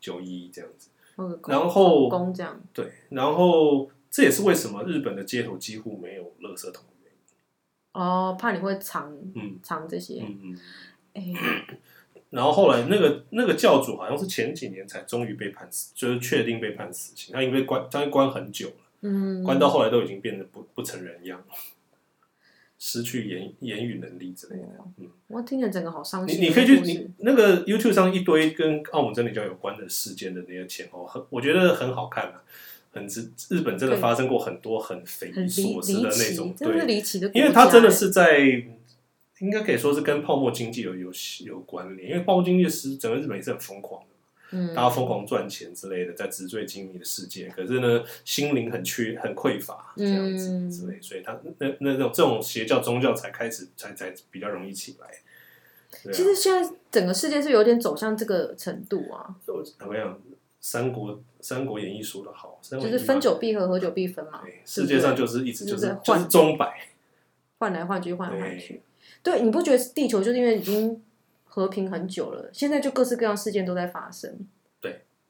S1: 九一一这样子。
S2: 那个
S1: 然后
S2: 公这样，
S1: 对，然后这也是为什么日本的街头几乎没有垃圾桶的原
S2: 哦，怕你会藏
S1: 因。
S2: 藏这
S1: 嗯
S2: 些。
S1: 嗯嗯。
S2: 哎，
S1: 然后后来那个那个教主好像是前几年才终于被判死，就是确定被判死刑。他因为关他关很久了，
S2: 嗯，
S1: 关到后来都已经变得不不成人样，失去言言语能力之类的。嗯。
S2: 我听见整个好伤
S1: 你
S2: 心。
S1: 你可以去你，那个 YouTube 上一堆跟奥姆真理教有关的事件的那些前后，很我觉得很好看啊，很值。日本真的
S2: 对
S1: 发生过很多很匪
S2: 很
S1: 夷
S2: 离
S1: 所思的
S2: 离
S1: 那
S2: 奇
S1: 种，，
S2: 真的是
S1: 对，
S2: 离奇的国家
S1: 因
S2: 欸，
S1: 为它真的是在，应该可以说是跟泡沫经济有有有关联，因为泡沫经济是整个日本也是很疯狂的。
S2: 嗯
S1: 大家疯狂赚钱之类的，在纸醉金迷的世界，可是呢，心灵很缺、很匮乏这样子
S2: 嗯
S1: 之类，所以他那那种这种邪教宗教才开始才才比较容易起来。对啊
S2: 其实现在整个世界是有点走向这个程度啊，
S1: 我怎么样？三国《三国演义》说的好，三国
S2: 就
S1: 演义嘛
S2: 是分久必合，合久必分嘛，
S1: 对，世界上就是一直就
S2: 就是是
S1: 就是钟摆，
S2: 换来换去，换来换
S1: 对
S2: 去。对，你不觉得地球就是因为已经和平很久了，现在就各式各样事件都在发生，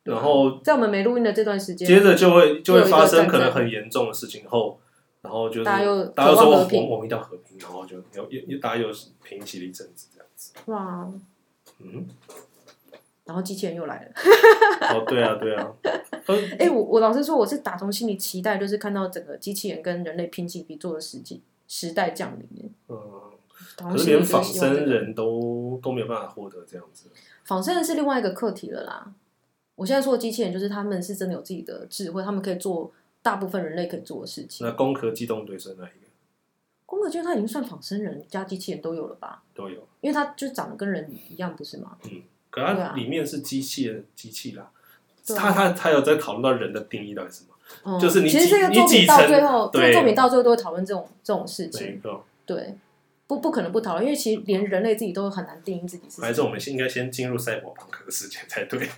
S1: 然后
S2: 在我们没录音的这段时间，
S1: 接着就会就会发
S2: 嗯又有
S1: 生
S2: 一个战争
S1: 可能很严重的事情后，然后就是
S2: 大家又
S1: 大家又
S2: 渴
S1: 说
S2: 望
S1: 我
S2: 和平
S1: 我我们一定要和平，然后就又又又大家又平息了一阵子这样子。
S2: 哇，
S1: 嗯，
S2: 然后机器人又来了。
S1: 哦，对啊，对啊，呃
S2: 哎、我我老实说，我是打从心里期待，就是看到整个机器人跟人类平起平坐的时期时代降临耶。
S1: 嗯，
S2: 打从
S1: 可是
S2: 心里
S1: 连
S2: 就
S1: 仿
S2: 希望这
S1: 生
S2: 个
S1: 人都都没有办法获得这样子。
S2: 仿生人是另外一个课题了啦。我现在说的机器人，就是他们是真的有自己的智慧，他们可以做大部分人类可以做的事
S1: 那
S2: 情。
S1: 攻壳机动队是哪一个
S2: 宫本就是他已经算仿生人加机器人都有了吧？
S1: 都有？
S2: 因为他就长得跟人一样，不是吗？
S1: 可它
S2: 对啊
S1: 里面是机器的机器啦，
S2: 对啊
S1: 它它它有在讨论到人的定义到底是什么？
S2: 嗯，
S1: 就是你
S2: 其实
S1: 继
S2: 这个
S1: 你
S2: 作
S1: 继
S2: 品到
S1: 承
S2: 最后，这
S1: 对
S2: 个作品到最后都会讨论这种这种事
S1: 没
S2: 情，
S1: 错，
S2: 对，不不可能不讨论，因为其实连人类自己都很难定义自己是
S1: 还
S2: 什
S1: 是
S2: 么。
S1: 我们先应该先进入赛博朋克的世界才对。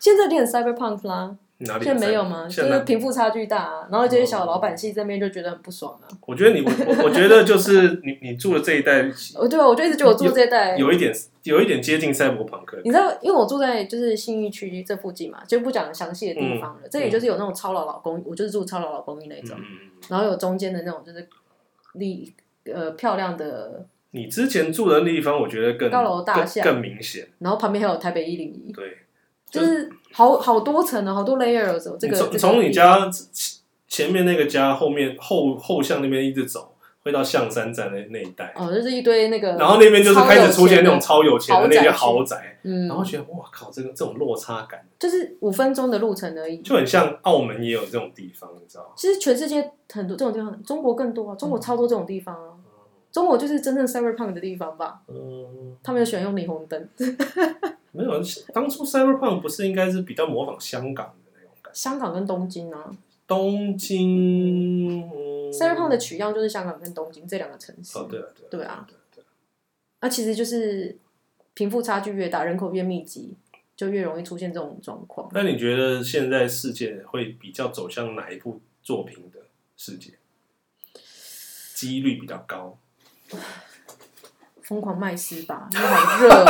S2: 现在有点 cyberpunk 啦，
S1: 哪里
S2: 现在没有
S1: 吗？
S2: 吗？就
S1: 现在
S2: 是贫富差距大啊，然后这些小老百姓这边就觉得很不爽啊。
S1: 我觉得你我我 我觉得就是你你住的这一带
S2: 哦，对啊，我就一直觉得我住这一带，
S1: 有一点有一点接近赛博朋克，
S2: 你知道，因为我住在就是信义区这附近嘛，就不讲详细的
S1: 嗯
S2: 地方了。这里就是有那种超老老公寓，我就是住超老老公寓那种，
S1: 嗯，
S2: 然后有中间的那种就是立呃漂亮的，
S1: 你之前住的地方我觉得更
S2: 高楼大厦
S1: 更更明显，
S2: 然后旁边还有台北一零一，
S1: 对，就
S2: 就是好好多层哦，好多 layers 哦。这
S1: 你
S2: 个
S1: 从
S2: 这个
S1: 从你家前面那个家后面后后巷那边一直走，会到象山站那那一带，
S2: 哦，就是一堆那个，
S1: 然后那边就是开始出现那种
S2: 超
S1: 超有钱的那些豪
S2: 豪
S1: 宅，
S2: 有钱的，嗯，
S1: 然后觉得哇靠，这个这种落差感
S2: 就是五分钟的路程而已。
S1: 就很像澳门也有这种地方，你知道吗？
S2: 其实全世界很多这种地方，中国更多啊，
S1: 嗯
S2: 中国超多这种地方啊。中国就是真正 cyberpunk 的地方吧，
S1: 嗯，
S2: 他们就喜欢用霓虹灯。
S1: 没有，当初 Cyberpunk 不是应该是比较模仿香港的那种感觉？
S2: 香港跟东京
S1: 哦
S2: 啊
S1: 东京、嗯、
S2: ，cyberpunk 的取样就是香港跟东京这两个城市。
S1: 哦，对啊，对啊，
S2: 对啊
S1: 对啊，对啊
S2: 那其实就是贫富差距越大，人口越密集，就越容易出现这种状况。
S1: 那你觉得现在世界会比较走向哪一部作品的世界？几率比较高，
S2: 疯狂麦斯吧，因为好热哦，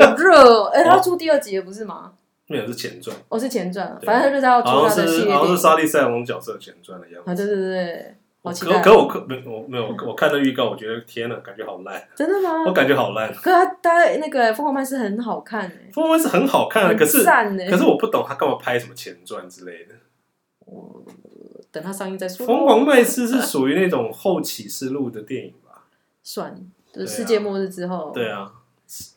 S2: 好热哦！哎、他出第二集了不是吗？
S1: 没有是前传，
S2: 哦，是前传，
S1: 对
S2: 反正他哦就是要出
S1: 好
S2: 他
S1: 像
S2: 的系
S1: 是
S2: 列
S1: 好像
S2: 电
S1: 是
S2: 影。
S1: 沙利塞翁角色前传的样
S2: 啊，
S1: 子。
S2: 对对对对，好期
S1: 可
S2: 待！
S1: 可我可没我没有我看到预告，我觉得天呐，感觉好烂，
S2: 真的
S1: 我
S2: 吗？
S1: 感觉好烂。
S2: 可他他那个疯狂麦斯很好看哎、
S1: 《风文》是很好看的，
S2: 很
S1: 嗯可是
S2: 赞欸
S1: 可是我不懂他干嘛拍什么前传之类的。
S2: 我等他上映再说。
S1: 《疯狂麦斯》是属于那种后启示录的电影吧？
S2: 算，
S1: 对
S2: 就是
S1: 啊
S2: 世界末日之后，
S1: 对啊，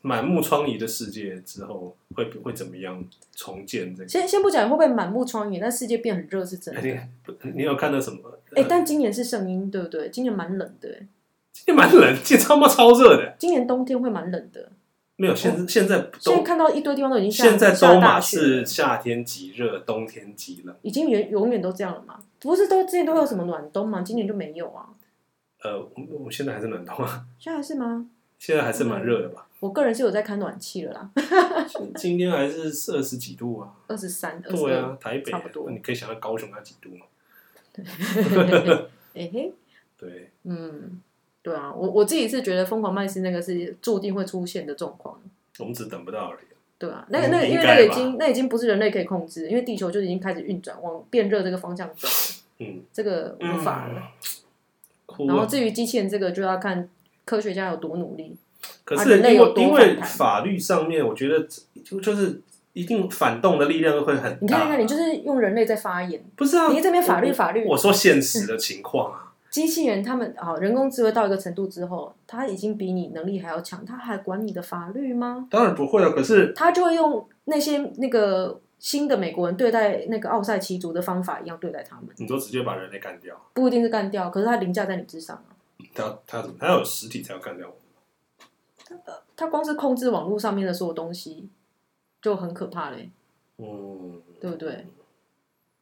S1: 满目疮痍的世界之后会会怎么样重建这个？
S2: 先先不讲会不会满目疮痍，但世界变很热是真的。
S1: 哎
S2: 哎、
S1: 你不你有看到什么？呃
S2: 但今年是圣婴，对不对？今年蛮冷的、哎
S1: 今天蛮冷，今天他妈超热的。
S2: 今年冬天会蛮冷的。
S1: 没有，现在现在
S2: 哦现在
S1: 都
S2: 看到一堆地方都已经下
S1: 现在
S2: 下
S1: 都马
S2: 大雪
S1: 是
S2: 了
S1: 夏天极热，冬天极冷。
S2: 已经永永远都这样了嘛？不是都之前都有什么暖冬嘛？今年就没有啊？
S1: 呃，我们我们现在还是暖冬啊，
S2: 现在还是吗？
S1: 现在还是蛮热的吧？
S2: 我个人是有在开暖气了啦，
S1: 今今天还是二十几度啊。
S2: 二十三、二十
S1: 对
S2: 二
S1: 啊，，台北
S2: 差不多
S1: 你可以想象高雄那几度嘛？啊
S2: 哎嘿，
S1: 对，
S2: 嗯，对啊，我我自己是觉得疯狂麦斯那个是注定会出现的状况，
S1: 我们只等不到而已。
S2: 对啊，那个那个
S1: 应
S2: 因为那个
S1: 该
S2: 已
S1: 吧
S2: 经那已经不是人类可以控制，因为地球就已经开始运转往变热这个方向走了，
S1: 嗯，
S2: 这个无法了。
S1: 哭
S2: 然后
S1: 啊！
S2: 至于机器人这个，就要看科学家有多努力，
S1: 可
S2: 啊
S1: 是
S2: 人
S1: 因
S2: 类有
S1: 为
S2: 多
S1: 因为
S2: 反弹
S1: 法律上面，我觉得就就是一定反动的力量会很大。
S2: 你看，你看，你就是用人类在发言。
S1: 不是啊？
S2: 你这边法律
S1: 我
S2: 法律
S1: 我说现实的情况啊，
S2: 机器人他们啊、人工智慧到一个程度之后，他已经比你能力还要强，他还管你的法律吗？
S1: 当然不会啊。可是
S2: 他就会用那些那个新的美国人对待那个奥赛奇族的方法一样对待他们，
S1: 你就直接把人类干掉，
S2: 不一定是干掉，可是他凌驾在你之上啊。
S1: 他他怎么？他要有实体才要干掉我。
S2: 他光是控制网络上面的所有东西就很可怕嘞，
S1: 嗯，
S2: 对不对？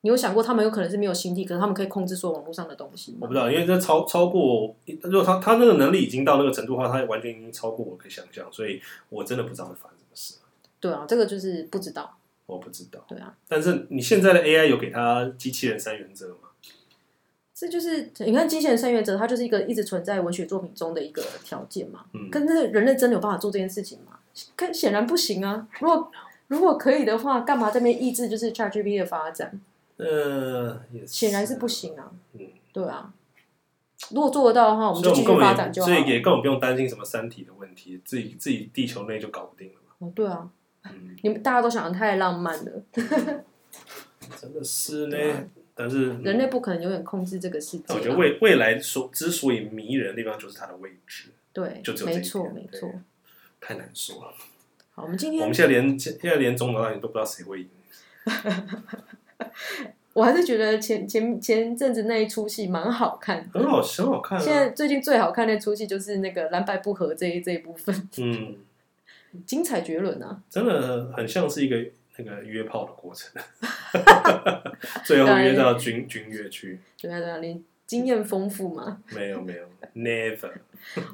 S2: 你有想过他们有可能是没有心地，可是他们可以控制所有网络上的东西
S1: 我
S2: 吗
S1: 不？知道，因为这超超过，如果他他那个能力已经到那个程度的话，他完全已经超过我可以想象，所以我真的不知道会发生什么事，
S2: 对啊，这个就是不知道，
S1: 我不知道。
S2: 对啊，
S1: 但是你现在的 AI 有给他机器人三原则吗？
S2: 这就是你看《机器人三原则》，它就是一个一直存在文学作品中的一个条件嘛。
S1: 嗯，
S2: 可是人类真的有办法做这件事情吗？可显然不行啊！如果如果可以的话，干嘛这边抑制就是 ChatGPT 的发展？
S1: 呃，也
S2: 显然是不行啊！
S1: 嗯，
S2: 对啊，如果做得到的话，我们
S1: 所以我
S2: 就继
S1: 们
S2: 续
S1: 根
S2: 发
S1: 本
S2: 展
S1: 也
S2: 就好
S1: 所
S2: 了。
S1: 以也根本不用担心什么三体的问题，自己自己地球内就搞不定了嘛。
S2: 哦，对啊，
S1: 嗯，
S2: 你们大家都想的太浪漫了，
S1: 真的是
S2: 对啊
S1: 呢，但是嗯
S2: 人类不可能永远控制这个世界
S1: 那
S2: 啊、
S1: 我觉得未未来所之所以迷人的地方就是它的位置，
S2: 对
S1: 就只，有这一
S2: 没
S1: 点
S2: 错没错
S1: 对。太难说了。
S2: 好，我们今
S1: 我
S2: 天
S1: 们现在连现在连总统大选都不知道谁会赢，
S2: 我还是觉得前前前阵子那一出戏蛮好看的。
S1: 很好很好看
S2: 现
S1: 啊。
S2: 在最近最好看的出戏就是那个蓝白不合这一这一部分，
S1: 嗯，
S2: 精彩绝伦啊！
S1: 真的很像是一个那个约炮的过 程， 最后约到军军乐区，
S2: 对啊对啊，你经验丰富嘛。
S1: 没有没有，never。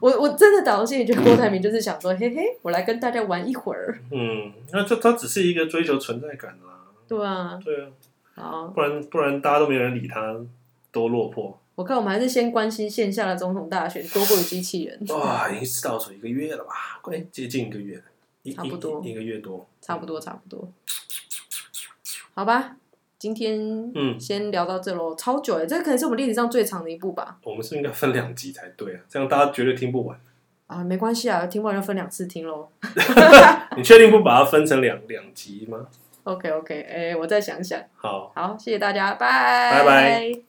S1: 我
S2: 我我真的打游戏也觉得郭台铭就是想说，嘿嘿，我来跟大家玩一会儿。
S1: 嗯，那这它只是一个追求存在感啦、
S2: 对啊，
S1: 对啊，
S2: 好，
S1: 不然不然大家都没人理他，多落魄
S2: 我看我们还是先关心线下的总统大选，多过于机器人，
S1: 哇！已经是倒数一个月了吧？快接近一个月了，一
S2: 差不多
S1: 一一一个月多，
S2: 差不多差不多。好吧，今天
S1: 嗯
S2: 先聊到这喽，超久哎，这可能是我们历史上最长的一部吧。
S1: 我们是不是应该分两集才对啊，这样大家绝对听不完。
S2: 啊，没关系啊，听完就分两次听喽。
S1: 你确定不把它分成两两集吗？
S2: OK OK，哎、我再想想。
S1: 好。
S2: 好，谢谢大家，拜
S1: 拜拜